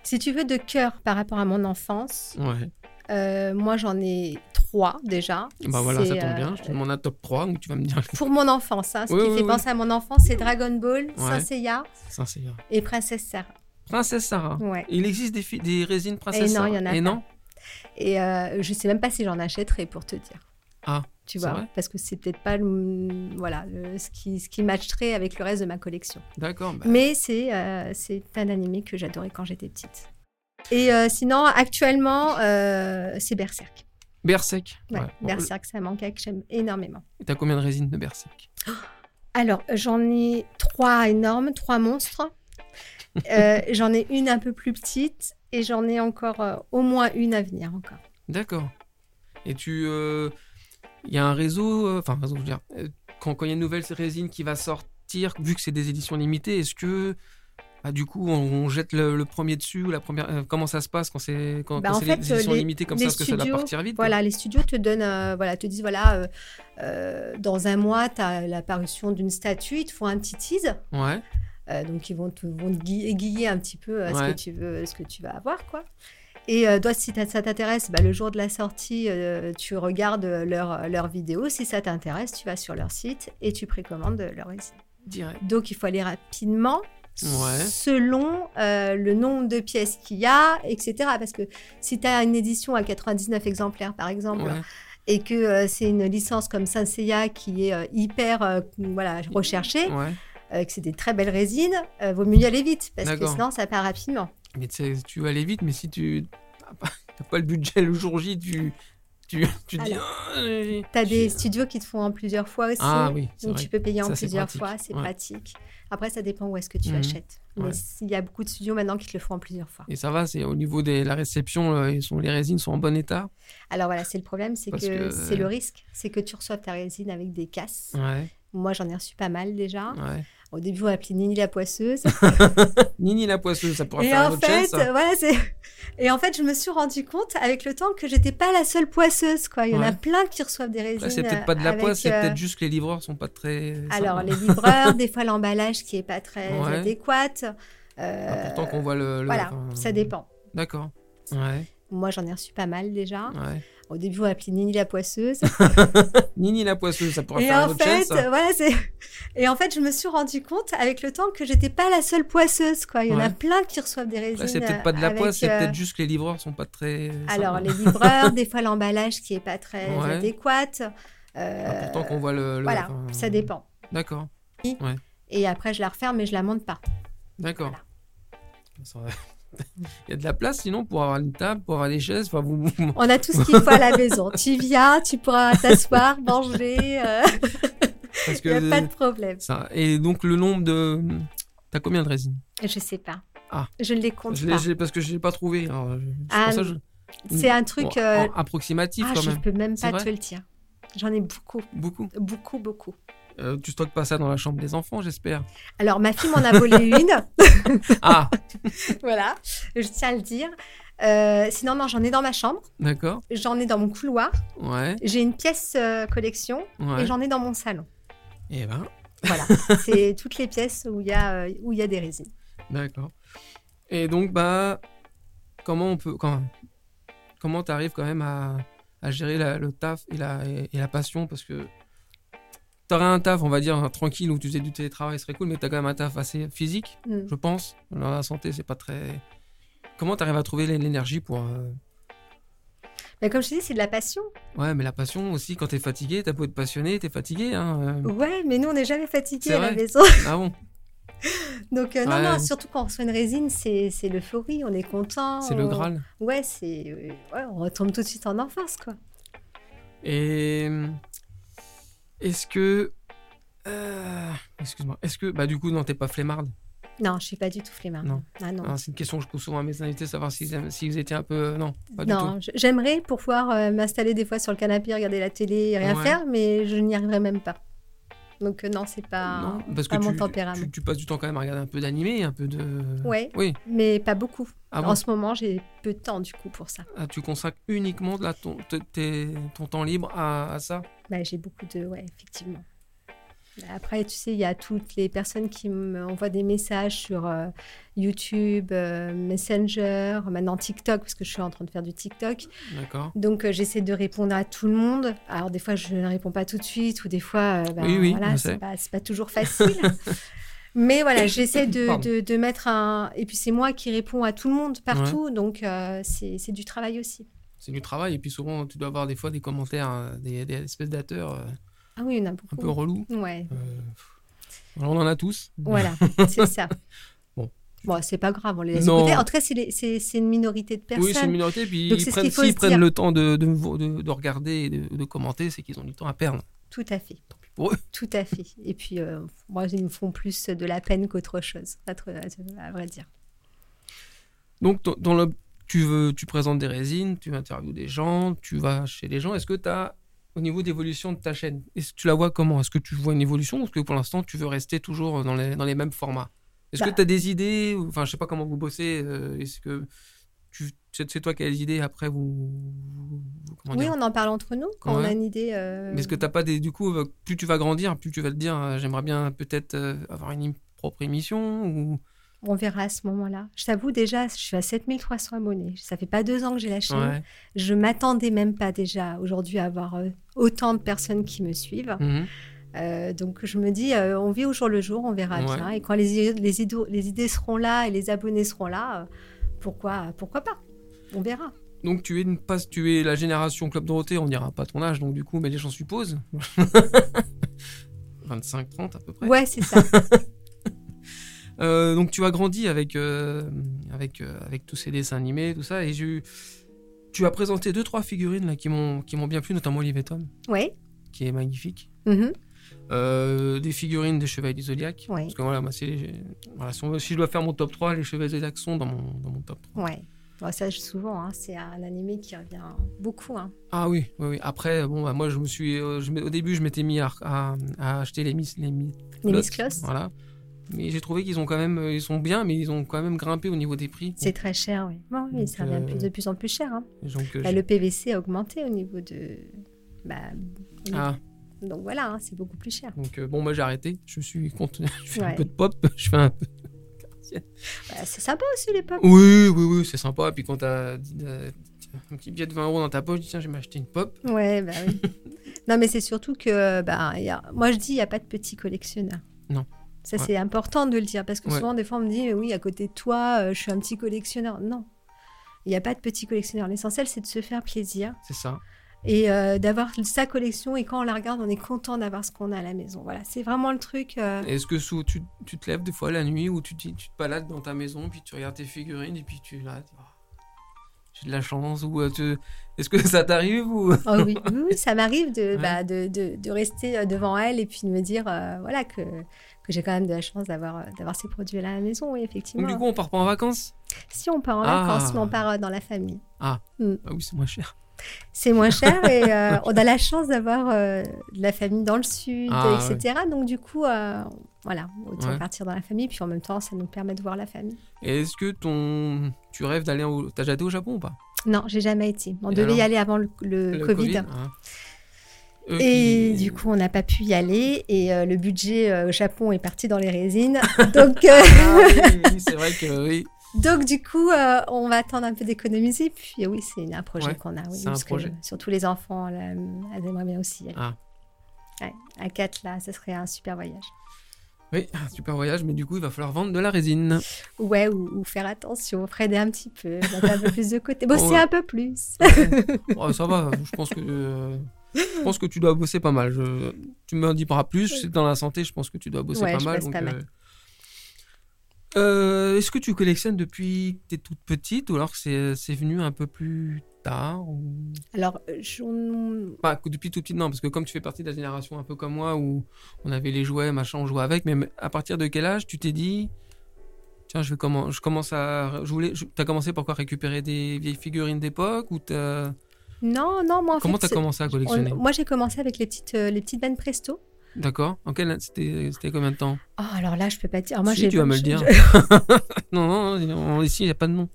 Si tu veux de cœur par rapport à mon enfance,
Ouais.
euh, moi, j'en ai trois déjà.
Bah voilà, ça
C'est,
tombe bien.
euh,
Je te demande un top 3, donc tu vas me dire.
pour mon enfance. hein. Ce
Oui,
qui
oui,
fait
oui.
penser à mon enfance, c'est Dragon Ball, Saint
Ouais.
Seiya
Sincère.
et Princesse Sarah.
Princesse Sarah.
Ouais.
Il existe des, fi- des résines
Et
Princesse
Eh non,
Sarah.
il y en a
Et
pas.
non
Et euh, je sais même pas si j'en achèterai pour te dire.
Ah,
Tu
c'est
vois,
vrai
parce que c'est peut-être pas le- voilà, le- ce, qui, ce qui matcherait avec le reste de ma collection.
D'accord. bah,
Mais c'est euh, c'est un animé que j'adorais quand j'étais petite. Et euh, sinon, actuellement, euh, c'est Berserk.
Berserk.
Ouais,
Ouais. Bon,
Berserk, c'est un manga que j'aime énormément.
T'as combien de résines de Berserk
Alors, j'en ai trois énormes, trois monstres. Euh, j'en ai une un peu plus petite et j'en ai encore euh, au moins une à venir encore.
D'accord. Et tu. Il y a un réseau. euh, Enfin, un réseau, je veux dire. euh, quand quand il y a une nouvelle résine qui va sortir, vu que c'est des éditions limitées, est-ce que. bah, du coup, on, on jette le, le premier dessus ou la première. euh, comment ça se passe quand c'est quand,
Bah,
quand
en
c'est
fait,
des éditions
les-
limitées comme
les
ça Est-ce que ça doit
studios,
partir vite quoi
Voilà, les studios te donnent, euh, voilà, te disent, voilà, euh, euh, dans un mois, tu as l'apparition d'une statue, ils te font un petit tease.
Ouais.
Euh, donc, ils vont te, vont te gui- aiguiller un petit peu euh, ce,
Ouais.
que tu veux, ce que tu vas avoir, quoi. Et euh, toi, si t'as- ça t'intéresse, bah, le jour de la sortie, euh, tu regardes euh, leur, leur vidéo. Si ça t'intéresse, tu vas sur leur site et tu précommandes euh, leur récit.
Direct.
Donc, il faut aller rapidement
Ouais.
selon euh, le nombre de pièces qu'il y a, etc. Parce que si tu as une édition à 99 exemplaires, par exemple,
Ouais.
et que euh, c'est une licence comme Saint Seiya qui est euh, hyper euh, voilà, recherchée,
ouais.
euh, que c'est des très belles résines, euh, vaut mieux y aller vite, parce que
D'accord.
sinon, ça part rapidement.
Mais tu sais, tu vas aller vite, mais si tu t'as pas- t'as pas le budget le jour J, tu, tu, tu te dis. Ah, j'ai-
Tu as des
j'ai-
studios qui te font en plusieurs fois aussi.
Ah oui, c'est
Donc
vrai.
tu peux payer en
Ça, c'est
plusieurs
pratique.
fois, c'est
Ouais.
pratique. Après, ça dépend où est-ce que tu
Mhm.
l'achètes.
Ouais.
Mais il y a beaucoup de studios maintenant qui te le font en plusieurs fois.
Et ça va, c'est au niveau de la réception, euh, ils sont, les résines sont en bon état.
Alors voilà, c'est le problème, c'est
Parce
que,
que-
c'est le risque, c'est que tu reçois ta résine avec des casses.
Ouais,
Moi, j'en ai reçu pas mal déjà.
ouais.
Au début, on appelait Nini la poisseuse.
Nini la poisseuse, ça pourrait
Et
faire un
en
autre chaîne,
fait,
ça.
euh, voilà, c'est. Et en fait, je me suis rendu compte avec le temps que j'étais pas la seule poisseuse, quoi. Il y en a
Ouais.
plein qui reçoivent des résines.
Après, c'est peut-être pas de la
avec,
poisse, c'est
euh,
peut-être juste que les livreurs sont pas très.
Alors,
sympas.
les livreurs, des fois l'emballage qui est pas très
Ouais.
adéquat. Euh,
Ah, pourtant qu'on voit le. le-
voilà,
enfin,
ça dépend.
D'accord. Ouais,
Moi, j'en ai reçu pas mal déjà.
ouais.
Au début, on appelait Nini la poisseuse.
Nini la poisseuse, ça pourrait
Et
faire un
en
autre chaîne,
fait,
ça.
euh, voilà, c'est. Et en fait, je me suis rendu compte avec le temps que j'étais pas la seule poisseuse, quoi. Il y en
Ouais.
a plein qui reçoivent des résines.
Après, c'est peut-être pas de la
avec,
poisse, c'est
euh,
peut-être juste que les livreurs sont pas très.
Alors,
sympas.
les livreurs, des fois l'emballage qui est pas très
Ouais.
adéquat.
Ah,
Euh,
pourtant qu'on voit le. le-
voilà,
enfin,
ça dépend.
D'accord,
Et après, je la referme mais je la monte pas.
d'accord. Ça va. Il y a de la place sinon pour avoir une table, pour avoir des chaises, enfin vous. vous-
On a tout ce qu'il faut à la maison. Tu viens, tu pourras t'asseoir, manger, il
Parce
n'y a pas
que
de problème.
ça. Et donc le nombre de. T'as combien de résines
Je sais pas.
Ah.
Je ne les compte
Je l'ai-
pas.
j'ai- parce que je l'ai pas trouvé. alors, je- c'est pour
Ah,
ça que je-
C'est un truc.
Bon,
euh,
en- approximatif
Ah,
quand
je
même.
peux même
C'est
pas
vrai
te le dire. J'en ai beaucoup,
Beaucoup.
beaucoup, beaucoup.
Euh, tu stockes pas ça dans la chambre des enfants, j'espère.
Alors, ma fille m'en a volé une.
Ah,
voilà, je tiens à le dire. Euh, sinon, non, j'en ai dans ma chambre,
d'accord.
j'en ai dans mon couloir,
Ouais,
j'ai une pièce euh, collection
ouais.
et j'en ai dans mon salon.
Eh ben,
Voilà, c'est toutes les pièces où il y, a, euh, où il y a des résines.
d'accord. Et donc, bah, comment on peut. Quand, comment t'arrives quand même à, à gérer la- le taf et la, et, la passion Parce que t'aurais un taf, on va dire, hein, tranquille où tu faisais du télétravail, ce serait cool, mais t'as quand même un taf assez physique,
Mm.
je pense. Dans la santé, c'est pas très. Comment t'arrives à trouver l'énergie pour. euh,
Mais comme je te dis, c'est de la passion.
Ouais, mais la passion aussi, quand t'es fatigué, t'as beau être passionné, t'es fatigué. Hein, euh,
Ouais, mais nous, on n'est jamais fatigués
C'est
à la
vrai.
maison.
Ah bon
Donc, euh, non,
Ouais.
non, surtout quand on reçoit une résine, c'est c'est l'euphorie, on est content.
C'est le
on-
Graal.
Ouais, c'est. euh, ouais, on retombe tout de suite en enfance, quoi.
Et euh, est-ce que euh, excuse-moi, est-ce que bah du coup non t'es pas flemmarde.
Non, je suis pas du tout flemmarde.
Non.
Ah, non.
Hein, c'est une question que je pose souvent à mes invités, savoir s'ils aiment- s'ils étaient un peu euh, non pas du
non,
tout.
j- j'aimerais pouvoir euh, m'installer des fois sur le canapé, regarder la télé et rien
Ouais.
faire, mais je n'y arriverai même pas. Donc, euh, non, c'est pas,
non parce
pas
que
mon
tu,
tempérament.
tu, tu passes du temps quand même à regarder un peu d'animé, un peu de.
Ouais,
Oui.
mais pas beaucoup.
Ah bon
En ce moment, j'ai peu de temps, du coup, pour ça.
Ah, Tu consacres uniquement de la ton, te- tes- ton temps libre à, à ça.
Bah, j'ai beaucoup de. Ouais, effectivement. Bah, Après, tu sais, il y a toutes les personnes qui m'envoient des messages sur euh, YouTube, euh, Messenger, maintenant TikTok, parce que je suis en train de faire du TikTok.
D'accord.
Donc, euh, j'essaie de répondre à tout le monde. Alors, des fois, je ne réponds pas tout de suite, ou des fois, euh, bah,
Oui, oui,
voilà,
je sais.
c'est pas, c'est pas toujours facile. Mais voilà, j'essaie de,
Pardon.
de, de mettre un. Et puis c'est moi qui réponds à tout le monde partout, donc euh, c'est c'est du travail aussi.
C'est du travail. Et puis souvent, tu dois avoir des fois des commentaires, euh, des, des espèces d'ateurs euh,
Ah oui, il y en a
un peu
beaucoup.
relous.
Ouais,
Euh, pff, on en a tous.
voilà, c'est ça.
Bon.
Bon, c'est pas grave, on les laisse de
Non.
côté. En tout cas, c'est les- c'est c'est une minorité de personnes.
Oui, c'est une minorité. Puis
Donc,
ils
c'est ce
prennent,
qu'il faut
s'ils
se
prennent
dire.
le temps de, de, de- de regarder et de, de commenter, c'est qu'ils ont du temps à perdre.
Tout à fait.
Tant pis pour eux.
Tout à fait. Et puis, euh, moi, ils me font plus de la peine qu'autre chose, à, tr- à- à vrai dire.
Donc, dans- dans le, tu, veux, tu présentes des résines, tu interviews des gens, tu vas chez les gens. Est-ce que tu as, au niveau d'évolution de ta chaîne, est-ce que tu la vois comment Est-ce que tu vois une évolution ou est-ce que pour l'instant, tu veux rester toujours dans les, dans les mêmes formats Est-ce
Bah.
que tu as des idées ou- Enfin, je sais pas comment vous bossez. euh, est-ce que tu, c'est, c'est toi qui as les idées après vous, vous- comment
Oui,
dire
on en parle entre nous quand on
Ouais.
a une idée. euh,
Mais est-ce que t'as pas des. Du coup, euh, plus tu vas grandir, plus tu vas te dire euh, j'aimerais bien peut-être euh, avoir une im- propre émission ou.
On verra à ce moment-là. Je t'avoue, déjà, je suis à 7300 abonnés. Ça fait pas deux ans que j'ai la chaîne.
Ouais.
Je m'attendais même pas déjà aujourd'hui à avoir euh, autant de personnes qui me suivent.
Mhm.
Euh, donc je me dis, euh, on vit au jour le jour, on verra
Ouais.
bien. Et quand les, i- les, ido- les idées seront là et les abonnés seront là, euh, pourquoi, pourquoi pas On verra.
Donc tu es une passe, tu es la génération Club Dorothée, on dira pas ton âge, donc du coup, mais les gens supposent. 25, 30 à peu près.
Ouais, c'est ça.
Euh, donc tu as grandi avec, euh, avec, euh, avec tous ces dessins animés, tout ça, et j'ai eu- Tu as présenté deux, trois figurines là, qui m'ont qui m'ont bien plu, notamment Olive et Tom,
ouais.
qui est magnifique.
Mhm.
Euh, des figurines des Chevaliers du Zodiac.
Ouais.
Parce que voilà, moi, c'est les- voilà, si, on veut- si je dois faire mon top 3, les Chevaliers des Zodiac sont dans mon, dans mon top 3.
Ouais. Bon, ça, je- souvent, hein, c'est un animé qui revient beaucoup. hein.
Ah oui, oui, oui. Après, bon, bah, moi, je me suis, euh, je m'ai- au début, je m'étais mis à, à- à acheter les Miss, les Miss,
Les
Lot,
Miss Close,
Voilà. Mais j'ai trouvé qu'ils ont quand même, euh, ils sont bien, mais ils ont quand même grimpé au niveau des prix.
c'est très cher, oui. Bon, oui,
Donc,
ça revient
euh,
plus- de plus en plus cher. hein.
Donc, euh,
Bah,
j'ai-
le PVC a augmenté au niveau de. bah,
Ah,
Donc voilà, hein, c'est beaucoup plus cher.
donc euh, bon, moi, j'ai arrêté. Je suis content. je fais un
Ouais.
peu de pop. Je fais un peu.
Bah, c'est sympa aussi les pop.
Oui, oui, oui, c'est sympa. Puis quand t'as euh, un petit billet de 20 euros dans ta poche, tu dis, tiens, je vais m'acheter une pop.
Ouais, bah oui. non, mais c'est surtout que, bah, y a- moi je dis, il n'y a pas de petits collectionneurs.
Non.
Ça,
Ouais.
c'est important de le dire parce que
Ouais.
souvent, des fois, on me dit, oui, à côté de toi, euh, je suis un petit collectionneur. Non. Il n'y a pas de petits collectionneurs. L'essentiel, c'est de se faire plaisir
C'est ça.
et euh, d'avoir sa collection. Et quand on la regarde, on est content d'avoir ce qu'on a à la maison. Voilà, c'est vraiment le truc. euh,
Est-ce que sous, tu, tu te lèves des fois la nuit ou tu, te- tu te balades dans ta maison, puis tu regardes tes figurines et puis tu là, tu- oh, j'ai de la chance ou euh, tu- est-ce que ça t'arrive ou
Oh oui, oui, oui, ça m'arrive
Ouais.
de, bah, de, de- de rester euh, devant elle et puis de me dire euh, voilà que, que j'ai quand même de la chance d'avoir euh, d'avoir ces produits-là à la maison, oui,
donc
effectivement.
du coup on part pas en vacances
si on part en
Ah.
vacances, mais on part euh, dans la famille.
Ah oui c'est moins cher.
C'est moins cher et euh, on a la chance d'avoir euh, de la famille dans le sud,
Ah,
etc. Donc du coup, euh, voilà, autant
Ouais.
partir dans la famille, puis en même temps, ça nous permet de voir la famille.
Et est-ce que ton tu rêves d'aller au t'as déjà été au Japon ou pas
Non, j'ai jamais été. On
Et
devait y
alors
aller avant le, le
Le
Covid.
hein. Eux
Et
qui-
du coup, on n'a pas pu y aller et euh, le budget euh, au Japon est parti dans les résines. Donc, euh,
Ah oui, oui, c'est vrai que oui
donc du coup, euh, on va attendre un peu d'économiser. Puis oui, c'est un projet
Ouais,
qu'on a. Oui,
c'est un
parce que,
projet.
surtout les enfants, là, elles aimeraient bien aussi y aller.
Ah.
Ouais, à 4, là, ce serait un super voyage.
oui un super voyage mais du coup il va falloir vendre de la résine.
Ouais, ou, ou faire attention, freiner un petit peu, mettre un peu plus de côté, bosser
Ouais.
un peu plus.
Oh, ça va je pense que euh, je pense que tu dois bosser pas mal. Je- tu me dis pas plus c'est dans la santé je pense que tu dois bosser
Ouais,
pas,
je
mal,
bosse
donc,
pas mal.
euh, euh, Est-ce que tu collectionnes depuis que tu es toute petite ou alors que c'est c'est venu un peu plus tard ou...
Alors, euh, je- on-
Pas que depuis toute petite, non, parce que comme tu fais partie de la génération un peu comme moi où on avait les jouets, machin, on jouait avec, mais à partir de quel âge tu t'es dit Tiens, je, vais commen- je commence à. Je voulais, je- t'as commencé par quoi Récupérer des vieilles figurines d'époque ou t'as-
non, non, moi en
Comment
fait,
t'as
ce-
commencé à
on-
collectionner
moi j'ai commencé avec les petites, euh, les petites bandes presto.
D'accord. En quel c'était c'était combien de temps
Oh, alors là, je peux pas te dire. Alors, moi,
Si,
j'ai-
tu vas me le
je-
dire.
je-
Non, non, non, on- ici, il n'y a pas de nom.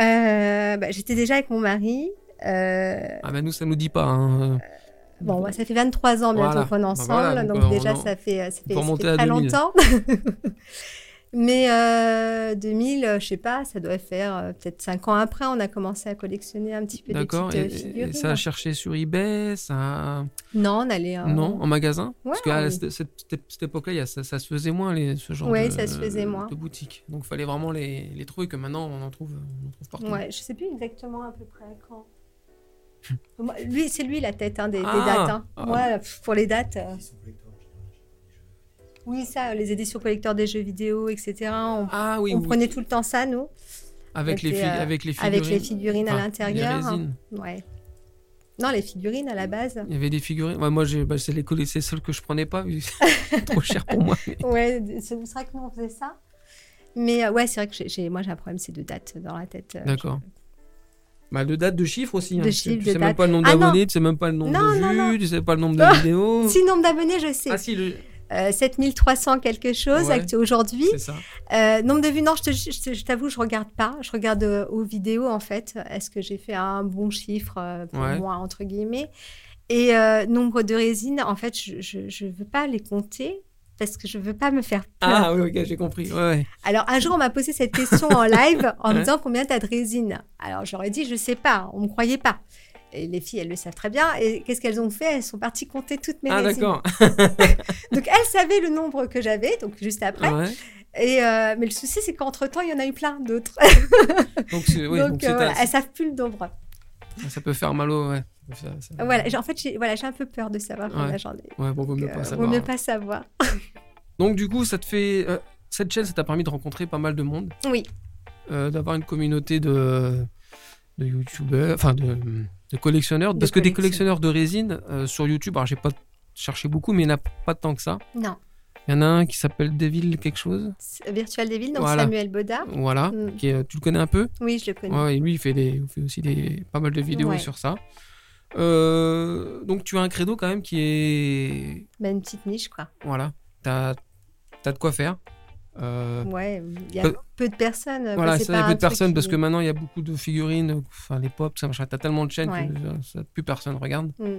Euh, bah, J'étais déjà avec mon mari. euh,
Ah, ben nous, ça nous dit pas. hein.
bon, bah, ça fait 23 ans bientôt
Voilà.
qu'on est
Bah,
ensemble,
voilà, donc,
donc,
euh, on
déjà,
en-
ça fait, ça fait,
peut
ça
remonter
fait
à
très
2000.
longtemps. Mais euh, 2000, euh, je sais pas, ça doit faire euh, peut-être 5 ans après, on a commencé à collectionner un petit peu des
D'accord.
petites
Et,
euh,
et- et
figurines.
ça a cherché sur eBay, ça. a-
Non, on allait... euh,
Non, en magasin
Ouais,
Parce qu'à
oui.
cette, cette- cette époque-là, il y a- ça, ça se faisait moins, les, ce genre
Ouais,
de,
ça se faisait moins.
de boutique. Donc il fallait vraiment les, les trouver, que maintenant on en trouve, on en trouve partout.
Ouais, je sais plus exactement à peu près quand. Moi, lui, c'est lui la tête hein, des, des
Ah.
dates. hein.
Ah.
Moi, pff, pour les dates, euh,
Ils sont collecteurs en général, je sais pas, des jeux.
oui, ça, les éditions collecteurs des jeux vidéo, etc. On,
Ah oui,
on
oui,
prenait tout le temps ça, nous,
avec, les
c'était,
fi-
euh,
avec les figurines.
avec les figurines à
Enfin,
l'intérieur. hein.
Les résines.
Ouais. Non, les figurines à la base.
Il y avait des figurines. Ouais, moi, j'ai- bah, c'est les colis, c'est celles que je prenais pas, vu que c'est trop cher pour moi. mais-
Ouais, c'est c'est vrai que nous on faisait ça. Mais euh, ouais, c'est vrai que j'ai- j'ai- moi j'ai un problème, c'est de dates dans la tête. euh,
D'accord. Bah, de date, de chiffres aussi. hein.
De
Tu-
chiffres,
tu sais
de
même
date.
pas le nombre
Ah, non.
d'abonnés, tu sais même pas le nombre
Non,
de
non,
vues,
non.
tu sais pas le nombre
Ah,
de vidéos.
Si nombre d'abonnés, je sais.
Ah si, le-
Euh, 7300 quelque chose
Ouais.
actu- aujourd'hui.
c'est ça.
Euh, nombre de vues, non, je te- je te- je t'avoue, je, regarde pas. Je regarde euh, aux vidéos, en fait. Est-ce que j'ai fait un bon chiffre euh, pour
Ouais.
moi, entre guillemets Et euh, nombre de résines, en fait, je- je je veux pas les compter parce que je veux pas me faire peur.
Ah oui, ok, j'ai compris. Ouais, ouais.
Alors, un jour, on m'a posé cette question en live en
Ouais.
me disant combien t'as de résine. Alors, j'aurais dit, je sais pas, on me croyait pas. Et les filles, elles le savent très bien. Et qu'est-ce qu'elles ont fait Elles sont parties compter toutes mes
Ah
résines.
d'accord.
Donc, elles savaient le nombre que j'avais, donc juste après.
Ouais.
Et euh, mais le souci, c'est qu'entre-temps, il y en a eu plein d'autres.
Donc, c'est- oui,
donc,
donc
euh,
c'est un-
voilà, elles savent plus le nombre.
Ça peut faire mal au. Ouais, Ça- ça-
Voilà, j'ai- en fait, j'ai voilà, j'ai un peu peur de savoir
Ouais.
combien j'en ai.
ouais bon, vaut mieux
Donc,
pas
euh,
savoir.
vaut mieux pas savoir.
Donc, du coup, ça te fait. euh, cette chaîne, ça t'a permis de rencontrer pas mal de monde.
Oui.
euh, D'avoir une communauté de. de youtubeurs. Enfin, de, de collectionneurs.
De
parce que des
collectionneurs.
collectionneurs de résine euh, sur YouTube, alors j'ai pas cherché beaucoup, mais il n'y en a pas tant que ça.
Non,
Il y en a un qui s'appelle Devil quelque chose.
c'est Virtual Devil, donc
Voilà.
Samuel Baudard.
Voilà.
Mm.
Qui est- euh, tu le connais un peu
Oui, je le connais.
Ouais, et lui, il fait, des, il fait aussi des, pas mal de vidéos
Ouais.
sur ça. Euh, donc, tu as un credo quand même qui est.
Bah, une petite niche, quoi.
Voilà. T'as as de quoi faire. Euh,
Ouais, il y a
Peu-
peu de personnes. euh,
voilà,
c'est
ça, il y a
pas
peu
un
de personnes
truc
parce
qui-
que maintenant, il y a beaucoup de figurines, euh, enfin, les pop, ça machin. T'as tellement de chaînes
Ouais.
que euh, ça, plus personne regarde.
Mm.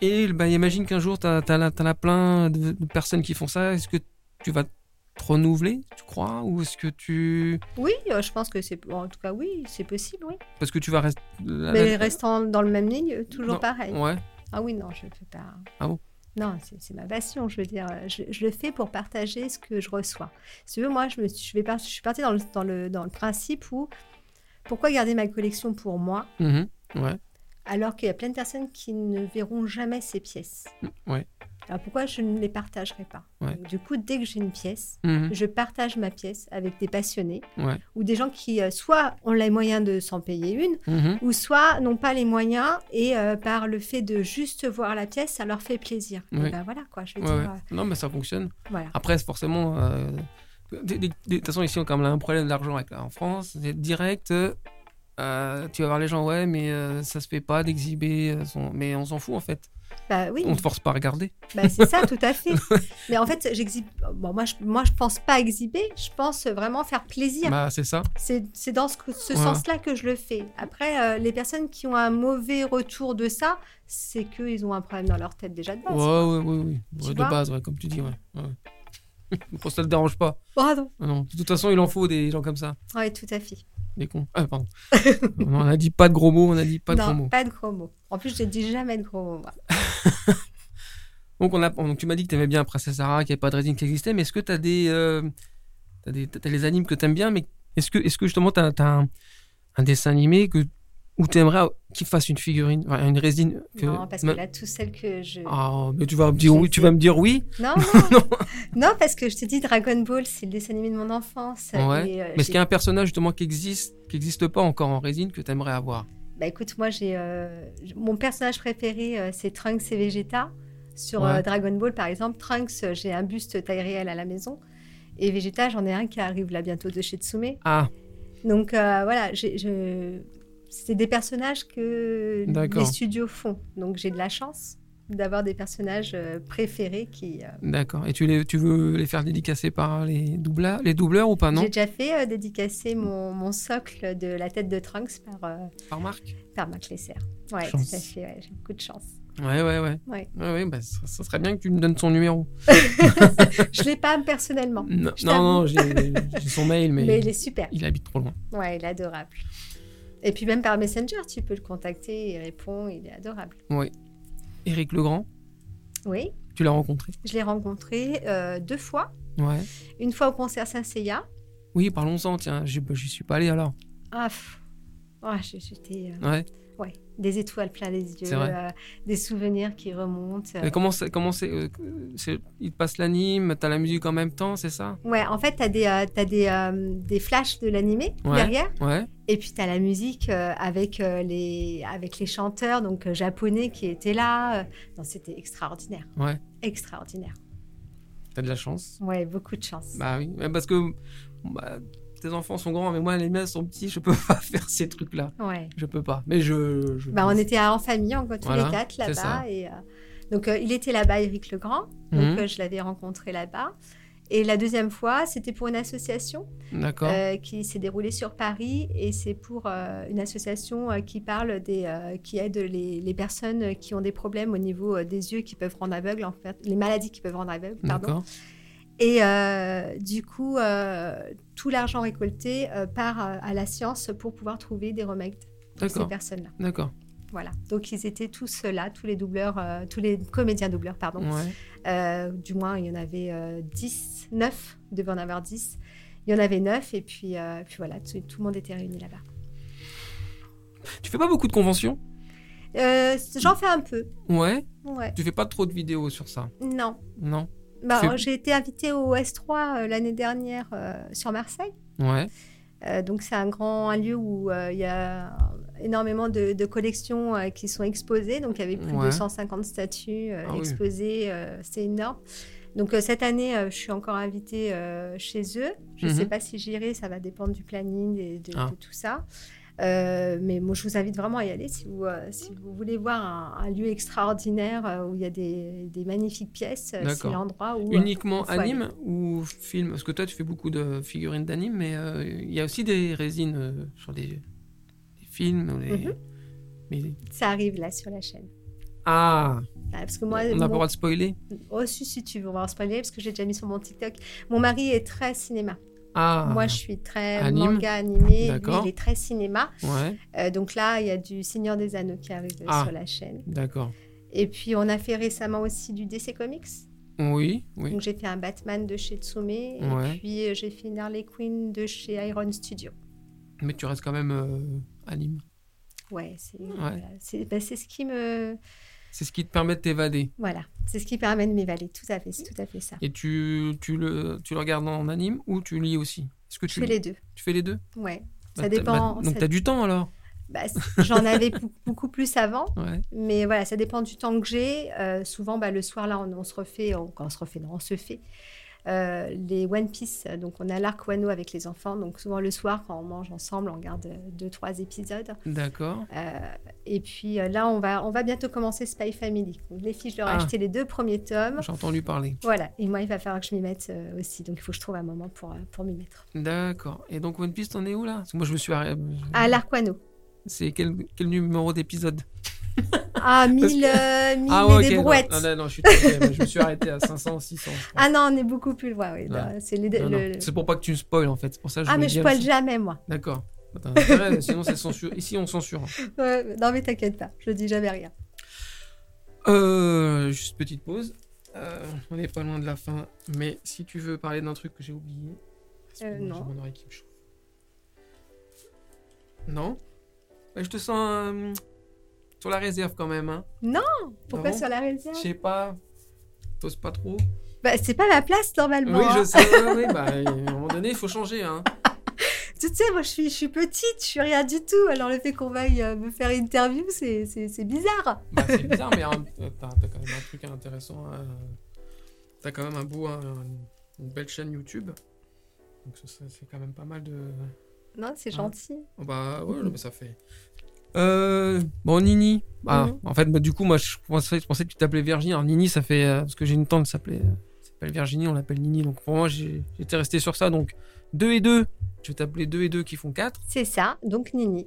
Et bah, imagine qu'un jour, t'as as, plein de, de personnes qui font ça. Est-ce que tu vas te renouveler, tu crois Ou est-ce que tu.
Oui, euh, je pense que c'est. bon, en tout cas, oui, c'est possible, oui.
Parce que tu vas rester. la-
Mais
la-
restant dans le même ligne, euh, toujours
Ah, Non,
pareil.
Ouais.
Ah oui, non, je ne fais pas.
Ah bon
Non, c'est c'est ma passion, je veux dire. euh, Je, je le fais pour partager ce que je reçois. Si tu veux, moi, je, me, suis- je, vais par- je suis partie dans le, dans, le, dans le principe où pourquoi garder ma collection pour moi
Mhm. Ouais.
alors qu'il y a plein de personnes qui ne verront jamais ces pièces
ouais.
Alors pourquoi je ne les partagerai pas
Ouais.
Donc, Du coup, dès que j'ai une pièce,
Mhm.
je partage ma pièce avec des passionnés
Ouais.
ou des gens qui, euh, soit ont les moyens de s'en payer une,
Mhm.
ou soit n'ont pas les moyens et euh, par le fait de juste voir la pièce, ça leur fait plaisir. Et
Oui.
ben voilà quoi, je veux
Ouais,
dire,
ouais.
euh,
Non, mais ça fonctionne.
voilà.
Après, c'est forcément. euh, des- des- des- De toute façon, ici, on, comme on a un problème d'argent avec- en France, c'est direct. euh, euh, tu vas voir les gens, ouais, mais euh, ça se fait pas d'exhiber. euh, son- Mais on s'en fout en fait.
Bah oui,
On te force pas à regarder.
bah, c'est ça tout à fait. Mais en fait, j'exhibe. Bon, moi, je, moi, je pense pas exhiber, je pense vraiment faire plaisir.
Bah, c'est ça.
C'est c'est dans ce, que- ce
Voilà.
sens-là que je le fais. Après, euh, les personnes qui ont un mauvais retour de ça, c'est qu'ils ont un problème dans leur tête déjà de base.
Ouais, ouais, ouais, ouais.
Tu
Ouais, de
vois
base, ouais, comme tu dis, ouais. ouais. Pour ça, le dérange pas.
Pardon.
Ah Non. De toute façon, il en faut des gens comme ça.
Oui, tout à fait.
Des cons. Ah, pardon. on a dit pas de gros mots, on a dit pas de
non,
gros mots.
pas de gros mots. En plus, je ne dis jamais de gros mots. moi.
Donc, on a, donc tu m'as dit que tu aimais bien Princess Sarah, qu'il n'y avait pas de résine qui existait, mais est-ce que tu as des. euh, t'as des t'as les animes que tu aimes bien, mais est-ce que, est que justement tu as, un, un dessin animé que, où tu aimerais qu'il fasse une figurine, enfin, une résine que-
Non, parce que
Ma-
là, toutes celles que je.
Ah, mais tu vas me dire oui, tu vas me dire oui.
Non, non. non. parce que je te dis, Dragon Ball, c'est le dessin animé de mon enfance.
Ouais.
Et, euh,
Mais est-ce
j'ai-
qu'il y a un personnage justement qui existe, qui n'existe pas encore en résine que tu aimerais avoir
Bah écoute, moi, j'ai euh, j- mon personnage préféré, euh, c'est Trunks et Vegeta. Sur
Ouais.
euh, Dragon Ball, par exemple, Trunks, euh, j'ai un buste taille réelle à la maison. Et Vegeta, j'en ai un qui arrive là bientôt de chez Tsume.
Ah,
Donc euh, voilà, j'ai- je... c'est des personnages que
D'accord.
les studios font. Donc j'ai de la chance d'avoir des personnages euh, préférés qui. euh,
d'accord. Et tu, les, tu veux les faire dédicacer par les, doubla- les doubleurs ou pas, Ah non
J'ai déjà fait euh, dédicacer mon, mon socle de la tête de Trunks par, euh,
Par marque
par Marc Lesser. Ouais,
Chance.
tout à fait, ouais, j'ai beaucoup de chance.
Ouais, ouais, ouais.
Ouais.
ouais bah, ça, ça serait bien que tu me donnes son numéro.
Je l'ai pas personnellement,
Non,
Je
non,
t'avoue.
non, j'ai j'ai son mail, mais,
mais... il est super.
il habite trop loin.
Ouais, il est adorable. Et puis même par Messenger, tu peux le contacter, il répond, il est adorable.
Éric Legrand,
Oui,
tu l'as rencontré
je l'ai rencontré euh, deux fois.
Ouais.
Une fois au concert Saint-Seiya.
Oui, parlons-en, tiens. J'y bah, j'y suis pas allé alors.
Ah, pff. Ah, j'ai- j'étais... euh,
Ouais.
ouais, des étoiles plein les
C'est
yeux,
vrai.
euh, des souvenirs qui remontent.
Mais comment c'est comment c'est, euh, c'est- Il te passe l'anime, t'as la musique en même temps, c'est ça
Ouais, en fait, t'as des, euh, t'as des, euh, des flashs de l'animé
Ouais.
derrière.
Ouais.
Et puis, t'as la musique euh, avec, euh, les, avec les chanteurs donc euh, japonais qui étaient là. euh. Non, c'était extraordinaire.
Ouais.
Extraordinaire.
T'as de la chance.
Ouais, beaucoup de chance.
Bah oui, mais parce que bah, tes enfants sont grands, mais moi les miens sont petits, je peux pas faire ces trucs-là.
Ouais.
Je peux pas. Mais je. je-
Bah, on était en famille, en tous
Voilà,
les quatre
c'est ça.
là-bas. Et, euh, donc, euh, il était là-bas, Éric Legrand. Donc,
Mhm.
euh, je l'avais rencontré là-bas. Et la deuxième fois, c'était pour une association
D'accord.
euh, qui s'est déroulée sur Paris. Et c'est pour euh, une association euh, qui parle des, euh, qui aide les, les personnes qui ont des problèmes au niveau euh, des yeux qui peuvent rendre aveugles, en fait, les maladies qui peuvent rendre aveugles, pardon.
D'accord.
Et euh, du coup, euh, tout l'argent récolté euh, part euh, à la science pour pouvoir trouver des remèdes pour ces
D'accord.
personnes-là.
D'accord.
Voilà. Donc ils étaient tous là, tous les doubleurs, euh, tous les comédiens doubleurs, pardon.
Ouais.
Euh, du moins, il y en avait euh, 10, 9, il devait en avoir 10. Il y en avait 9 et puis, euh, puis voilà, tout, tout le monde était réuni là-bas.
Tu fais pas beaucoup de conventions
Euh, J'en fais un peu.
Ouais.
Ouais.
Tu fais pas trop de vidéos sur ça
Non.
Non
Bah,
C'est-
J'ai été invitée au S3 euh, l'année dernière euh, sur Marseille.
Ouais.
Euh, donc c'est un grand un lieu où euh, il y a énormément de, de collections euh, qui sont exposées. Donc il y avait plus
Ouais.
de 150 statues euh,
Ah oui.
exposées. euh, c'est énorme. Donc euh, cette année, euh, je suis encore invitée euh, chez eux. Je ne
Mhm.
sais pas si j'irai, ça va dépendre du planning et de,
Ah.
de tout ça. Euh, mais moi, je vous invite vraiment à y aller si vous, euh, si vous voulez voir un, un lieu extraordinaire euh, où il y a des, des magnifiques pièces. euh, C'est
D'accord.
l'endroit où... euh,
Uniquement
faut aller.
anime ou film Parce que toi, tu fais beaucoup de figurines d'anime, mais euh, il y a aussi des résines euh, sur des, des films. ou des-
Mhm.
mais-
ça arrive là sur la chaîne.
Ah
Ah, parce que moi,
On n'a pas le
mon-
droit de spoiler
Oh, si, si, tu veux, on va en spoiler parce que j'ai déjà mis sur mon TikTok. Mon mari est très cinéma.
Ah
Moi, je suis très
Anime.
manga animé. Lui,
D'accord.
il est très cinéma.
Ouais,
Euh, donc là, il y a du Seigneur des Anneaux qui arrive euh,
Ah.
sur la chaîne.
d'accord.
Et puis, on a fait récemment aussi du DC Comics.
Oui, oui.
Donc, j'ai fait un Batman de chez Tsume.
Ouais.
Et puis, euh, j'ai fait une Harley Quinn de chez Iron Studio.
Mais tu restes quand même euh, anime.
Ouais, c'est voilà. C'est- bah, c'est ce qui me.
C'est ce qui te permet de t'évader.
Voilà. C'est ce qui permet de m'évaluer. Tout à fait, c'est tout à fait ça.
Et tu, tu, le, tu le regardes en anime ou tu lis aussi Est-ce que
Je
tu
fais les deux.
Tu fais les deux
Ouais.
Mm. Bah,
Ça
t'as-
dépend.
bah, donc
ça-
t'as du temps alors
bah, c'est- J'en avais pou- beaucoup plus avant.
Ouais.
Mais voilà, ça dépend du temps que j'ai. Euh, souvent, bah, le soir, là, on, on se refait, on, quand on se refait, non, on se fait euh, les One Piece. Donc, on a l'arc Wano avec les enfants. Donc, souvent, le soir, quand on mange ensemble, on regarde euh, deux, trois épisodes.
D'accord.
Euh, et puis euh, là, on va, on va bientôt commencer Spy Family. Donc, les filles, je leur ai
Ah.
acheté les deux premiers tomes.
J'ai entendu parler.
Voilà, et moi, il va falloir que je m'y mette euh, aussi. Donc, il faut que je trouve un moment pour, euh, pour m'y mettre.
D'accord. Et donc One Piece, t'en es où là Parce que moi je me suis arrêté.
Ah, l'arc Wano.
C'est quel, quel numéro d'épisode
Ah, mille, euh, mille et
Ah ok,
des
non,
brouettes.
Non, non, non, je, suis trompé, je me suis arrêté à 500, 600. je crois.
Ah non, on est beaucoup plus loin. oui.
Ouais.
Non, C'est les-
Non,
le-
non. C'est pour pas que tu me spoil en fait. C'est pour ça que je
Ah,
voulais
mais je
dire
poil
aussi.
jamais, moi.
D'accord. Bah, t'as intérêt, Sinon, c'est censure. Ici, on censure. hein.
Ouais, mais- non mais t'inquiète pas, je dis jamais rien.
Euh, juste petite pause. Euh, on n'est pas loin de la fin, mais si tu veux parler d'un truc que j'ai oublié. Excuse-moi,
Euh, non.
j'ai mon oreille qui me chauffe. Non Bah, Je te sens euh, sur la réserve quand même. Hein.
Pourquoi
Ah bon
sur la
Je
réserve
sais pas. T'oses pas trop.
Bah c'est pas la place normalement.
oui,
hein.
je sais. ouais, ouais, bah, à un moment donné, il faut changer. Hein.
Tu sais, moi je suis, je suis petite, je suis rien du tout. Alors le fait qu'on veuille euh, me faire une interview, c'est, c'est, c'est bizarre.
Bah, c'est bizarre, mais hein, t'as t'as quand même un truc intéressant. hein. T'as quand même un beau, un- une belle chaîne YouTube. Donc ça, ça, c'est quand même pas mal de.
Non, c'est
Ah.
gentil.
Oh Bah ouais, non, mais ça fait. Euh, bon, Nini. Ah,
Mhm.
En fait, bah, du coup, moi, je pensais, je pensais que tu t'appelais Virginie. Alors, Nini, ça fait. euh, parce que j'ai une tante qui s'appelait euh, qui s'appelle Virginie, on l'appelle Nini. Donc, pour moi, j'ai- j'étais resté sur ça. Donc, 2 et 2. Je vais t'appeler 2 et 2 qui font 4.
C'est ça, donc Nini.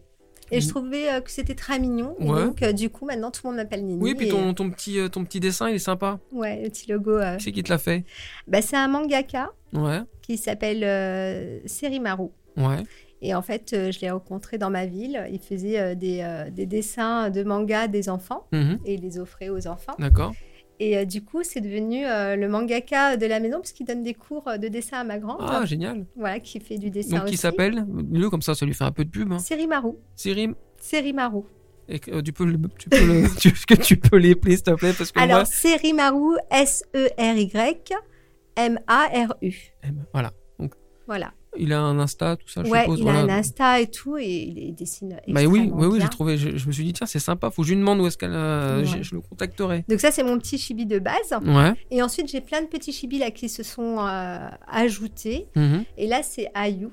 Et je trouvais euh, que c'était très mignon. Et
Ouais.
donc, euh, du coup, maintenant, tout le monde m'appelle Nini.
Oui, puis
et-
ton, ton petit, euh, ton petit dessin, il est sympa.
Ouais, le petit logo. euh,
Qui c'est qui te l'a fait
bah, c'est un mangaka
Ouais,
qui s'appelle euh, Serimaru.
ouais.
Et en fait, euh, je l'ai rencontré dans ma ville. Il faisait euh, des, euh, des dessins de manga des enfants
mhm,
et il les offrait aux enfants.
D'accord.
Et euh, du coup, c'est devenu euh, le mangaka de la maison parce qu'il donne des cours euh, de dessin à ma grande,
Ah, génial.
voilà, qui fait du dessin
Donc, qui
aussi.
s'appelle Le, comme ça, ça lui fait un peu de pub. Hein.
Serimaru.
Sirim,
Serimaru.
et que, euh, tu peux, le- tu peux le- tu- est-ce que tu peux l'épeler, s'il te plaît, parce que
Alors,
moi,
Serimaru, E S-E-R-Y, M-A-R-U.
eh ben, voilà,
Voilà.
il a un Insta, tout ça, je
ouais,
suppose.
il
voilà.
a un Insta et tout, et il, il dessine
Bah oui,
extrêmement
oui, oui,
bien.
j'ai trouvé. Je, je me suis dit tiens, c'est sympa. Faut que je lui demande où est-ce qu'elle. euh,
Ouais.
Je, je le contacterai.
Donc ça, c'est mon petit chibi de base.
Ouais.
Et ensuite, j'ai plein de petits chibis là qui se sont euh, ajoutés.
mhm.
Et là, c'est Ayu,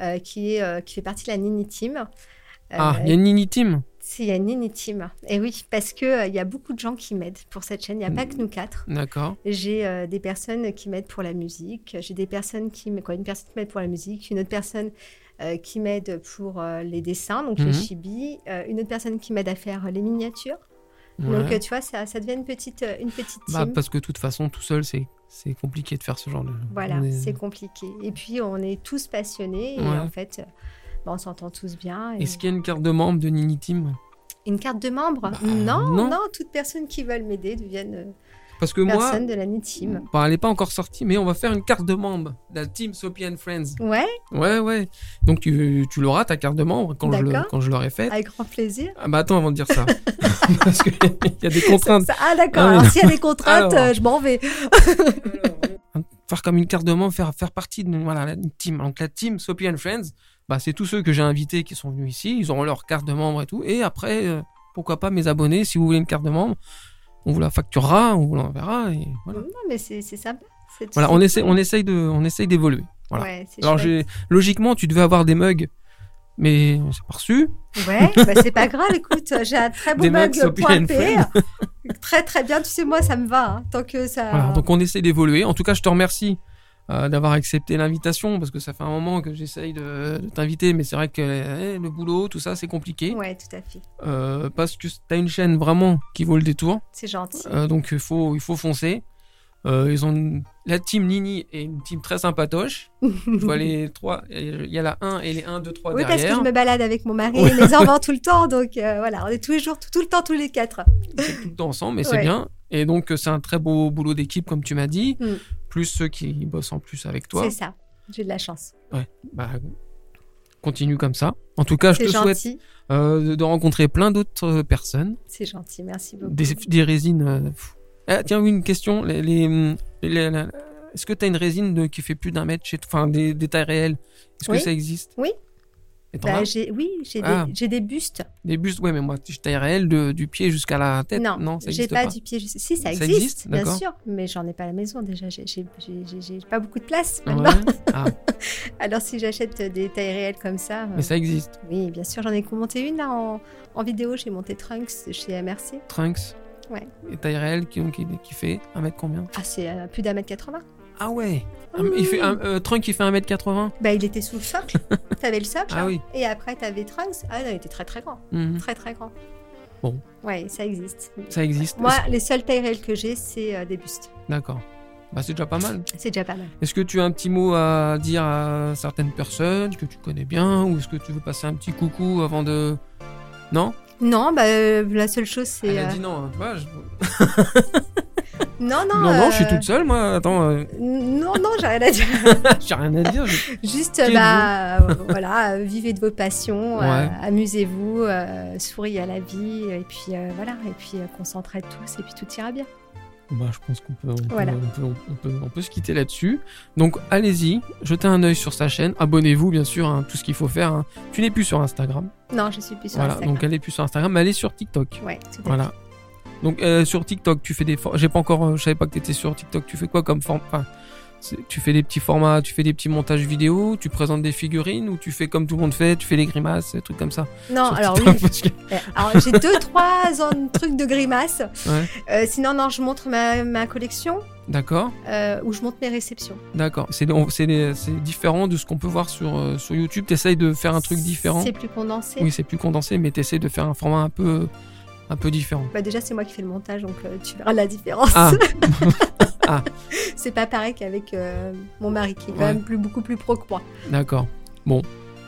euh, qui, est, euh, qui fait partie de la Nini Team. Euh,
Ah, il y a Nini Team.
C'est la Nini Team. Et oui, parce qu'il il y a beaucoup de gens qui m'aident pour cette chaîne. Il n'y a
Mm.
pas que nous quatre.
D'accord.
J'ai euh, des personnes qui m'aident pour la musique. J'ai des personnes qui m'aident. Une personne qui m'aide pour la musique, une autre personne euh, qui m'aide pour euh, les dessins, donc
Mhm.
les chibis, euh, une autre personne qui m'aide à faire euh, les miniatures.
Ouais.
Donc, euh, tu vois, ça, ça devient une petite, euh, une petite
Bah,
team.
parce que de toute façon, tout seul, c'est c'est compliqué de faire ce genre de.
Voilà,
on est-
c'est compliqué. Et puis, on est tous passionnés.
Ouais.
Et en fait, euh, bah, on s'entend tous bien. Et...
Est-ce qu'il y a une carte de membre de Nini Team
Une carte de membre
Bah,
non,
non.
non, toute personne qui veut m'aider devienne euh,
Parce que moi,
personne de la team.
bah, elle n'est pas encore sortie, mais on va faire une carte de membre de la Team Sopi and Friends.
Ouais,
Ouais, ouais. Donc tu, tu l'auras ta carte de membre quand je le-
D'accord.
quand je l'aurai faite.
avec grand plaisir.
Ah bah attends avant de dire ça, parce qu'il y a des contraintes.
Ça- ah, d'accord.
Ah oui.
Alors, s'il y a des contraintes,
Alors.
euh, je m'en vais.
Faire comme une carte de membre, faire, faire partie de voilà, la- une team. Donc la team Sopi and Friends, bah, c'est tous ceux que j'ai invités qui sont venus ici. Ils auront leur carte de membre et tout. Et après, euh, pourquoi pas mes abonnés, si vous voulez une carte de membre, on vous la facturera, on vous l'enverra. Et voilà,
Non, mais c'est c'est sympa. C'est-
Voilà,
c'est
on,
cool.
essaie, on essaye de- on essaye d'évoluer. voilà.
Ouais, c'est
Alors
chouette.
j'ai logiquement, tu devais avoir des mugs, mais on s'est pas reçu.
Ouais, bah, c'est pas grave, écoute, j'ai un très beau
Des
mug
mugs Sophie and
pointé. très très bien, tu sais, moi ça me va, hein, tant que ça.
Voilà, donc on essaie d'évoluer. En tout cas, je te remercie euh, d'avoir accepté l'invitation parce que ça fait un moment que j'essaye de, de t'inviter, mais c'est vrai que eh, le boulot, tout ça, c'est compliqué.
Ouais, tout à fait.
Euh, parce que t'as une chaîne vraiment qui vaut le détour,
C'est gentil.
Euh, donc il faut, il faut foncer. Euh, ils ont une- la team Nini est une team très sympatoche. Je vois les trois, il y a la 1 et les 1, 2, 3
Oui, parce que
derrière.
je me balade avec mon mari et mes enfants tout le temps, donc euh, voilà, on est tous les jours, tout, tout le temps, tous les quatre.
tout le temps ensemble, mais c'est
Ouais.
bien. Et donc euh, c'est un très beau boulot d'équipe, comme tu m'as dit,
Mm.
plus ceux qui bossent en plus avec toi.
C'est ça, j'ai de la chance.
bah, continue comme ça. En tout cas, je
C'est
te souhaite
gentil,
euh, de- de rencontrer plein d'autres euh, personnes,
c'est gentil, merci beaucoup.
des, des résines. euh, pff. Ah, tiens, oui, une question. Les, les, hum, les- la- Est-ce que tu as une résine de- qui fait plus d'un mètre chez toi Enfin, des, des tailles réelles. Est-ce que
Oui.
ça existe
Oui.
Et t'en
Bah,
as
j'ai- oui, j'ai des-
Ah.
j'ai des, bustes.
Des bustes, ouais, mais moi, tu- taille réelle de- du pied jusqu'à la tête.
non,
non ça
j'ai
n'existe
pas,
pas.
du pied. juste- Si, ça
Ça
existe,
existe,
bien
d'accord.
sûr, mais j'en ai pas à la maison déjà. J'ai- J'ai j'ai- j'ai- j'ai pas beaucoup de place maintenant.
Ouais. Ah,
Alors si j'achète des tailles réelles comme ça, euh,
mais ça existe.
oui, bien sûr, j'en ai monté une là en, en vidéo. J'ai monté Trunks chez MRC.
Trunks.
Ouais.
Et taille réelle qui, qui, qui fait 1 mètre combien
Ah, c'est euh, plus d'un mètre 80.
Ah ouais Un- il fait un, euh, Trunks, il fait 1m80
Bah, il était sous le socle. t'avais le socle.
Ah
hein.
oui.
Et après, t'avais Trunks. Ah non, il était très très grand.
Mhm.
Très très grand.
Bon.
Ouais, ça existe.
Ça existe.
Moi, les seules tailles réelles que j'ai, c'est euh, des bustes.
D'accord. Bah, c'est déjà pas mal.
C'est déjà pas mal.
Est-ce que tu as un petit mot à dire à certaines personnes que tu connais bien ou est-ce que tu veux passer un petit coucou avant de. Non
Non, bah, euh, la seule chose, c'est.
Elle a
euh,
dit non. hein, tu vois, je-
Non, non.
Non, non, je suis
euh,
toute seule, moi. Attends, euh,
Non, non, j'ai rien à dire.
j'ai rien à dire. je-
Juste,
Qui
bah, euh, voilà, euh, vivez de vos passions, euh,
Ouais.
amusez-vous, euh, souriez à la vie, et puis euh, voilà, et puis euh, qu'on s'entraide tous, et puis tout ira bien.
Bah, je pense qu'on peut, on peut-
Voilà.
on peut- on peut- on peut se quitter là-dessus. Donc, allez-y, jetez un œil sur sa chaîne. Abonnez-vous, bien sûr, hein, tout ce qu'il faut faire. hein. Tu n'es plus sur Instagram.
Non, je suis plus sur
voilà,
Instagram.
donc elle est plus sur Instagram, mais elle est sur TikTok.
Ouais, tout à
Voilà. Donc euh, sur TikTok, tu fais des formes. J'ai pas encore, euh, je savais pas que t'étais sur TikTok. Tu fais quoi comme forme Enfin, C'est- Tu fais des petits formats, tu fais des petits montages vidéo, tu présentes des figurines ou tu fais comme tout le monde fait, tu fais les grimaces, des trucs comme ça.
Non,
Sur
Oh, alors oui.
TikTok, parce que-
Euh, Alors j'ai deux, trois ans- trucs de grimaces.
Ouais.
Euh, sinon, non, je montre ma, ma collection
D'accord,
euh, ou je montre mes réceptions.
d'accord. C'est on- c'est les- c'est différent de ce qu'on peut voir sur, euh, sur YouTube. T'essayes de faire un truc différent.
C'est plus condensé.
Oui, c'est plus condensé, mais t'essayes de faire un format un peu, un peu différent.
Bah déjà, c'est moi qui fais le montage, donc euh, tu verras la différence.
Ah. Ah.
C'est pas pareil qu'avec euh, mon mari, qui est quand
Ouais.
même plus, beaucoup plus pro que moi.
D'accord. Bon.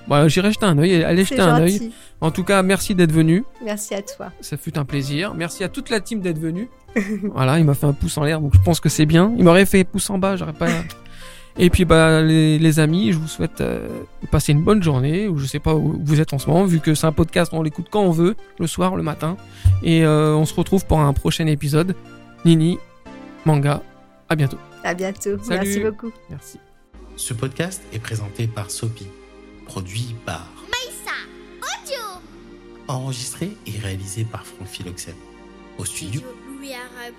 Bon, J'irai jeter un œil. Allez
C'est
jeter un œil.
gentil.
En tout cas, merci d'être venu.
Merci à toi.
Ça fut un plaisir. Merci à toute la team d'être venue. voilà, il m'a fait un pouce en l'air, donc je pense que c'est bien. Il m'aurait fait pouce en bas, j'aurais pas. Et puis bah les, les amis, je vous souhaite euh, de passer une bonne journée. Ou je sais pas où vous êtes en ce moment, vu que c'est un podcast, on l'écoute quand on veut, le soir, le matin. Et euh, on se retrouve pour un prochain épisode. Nini, manga. À bientôt.
À bientôt.
Salut.
Merci beaucoup.
Merci.
Ce podcast est présenté par Sopi, produit par Enregistré et réalisé par Franck Philoxène. Au studio
Louis Aragon.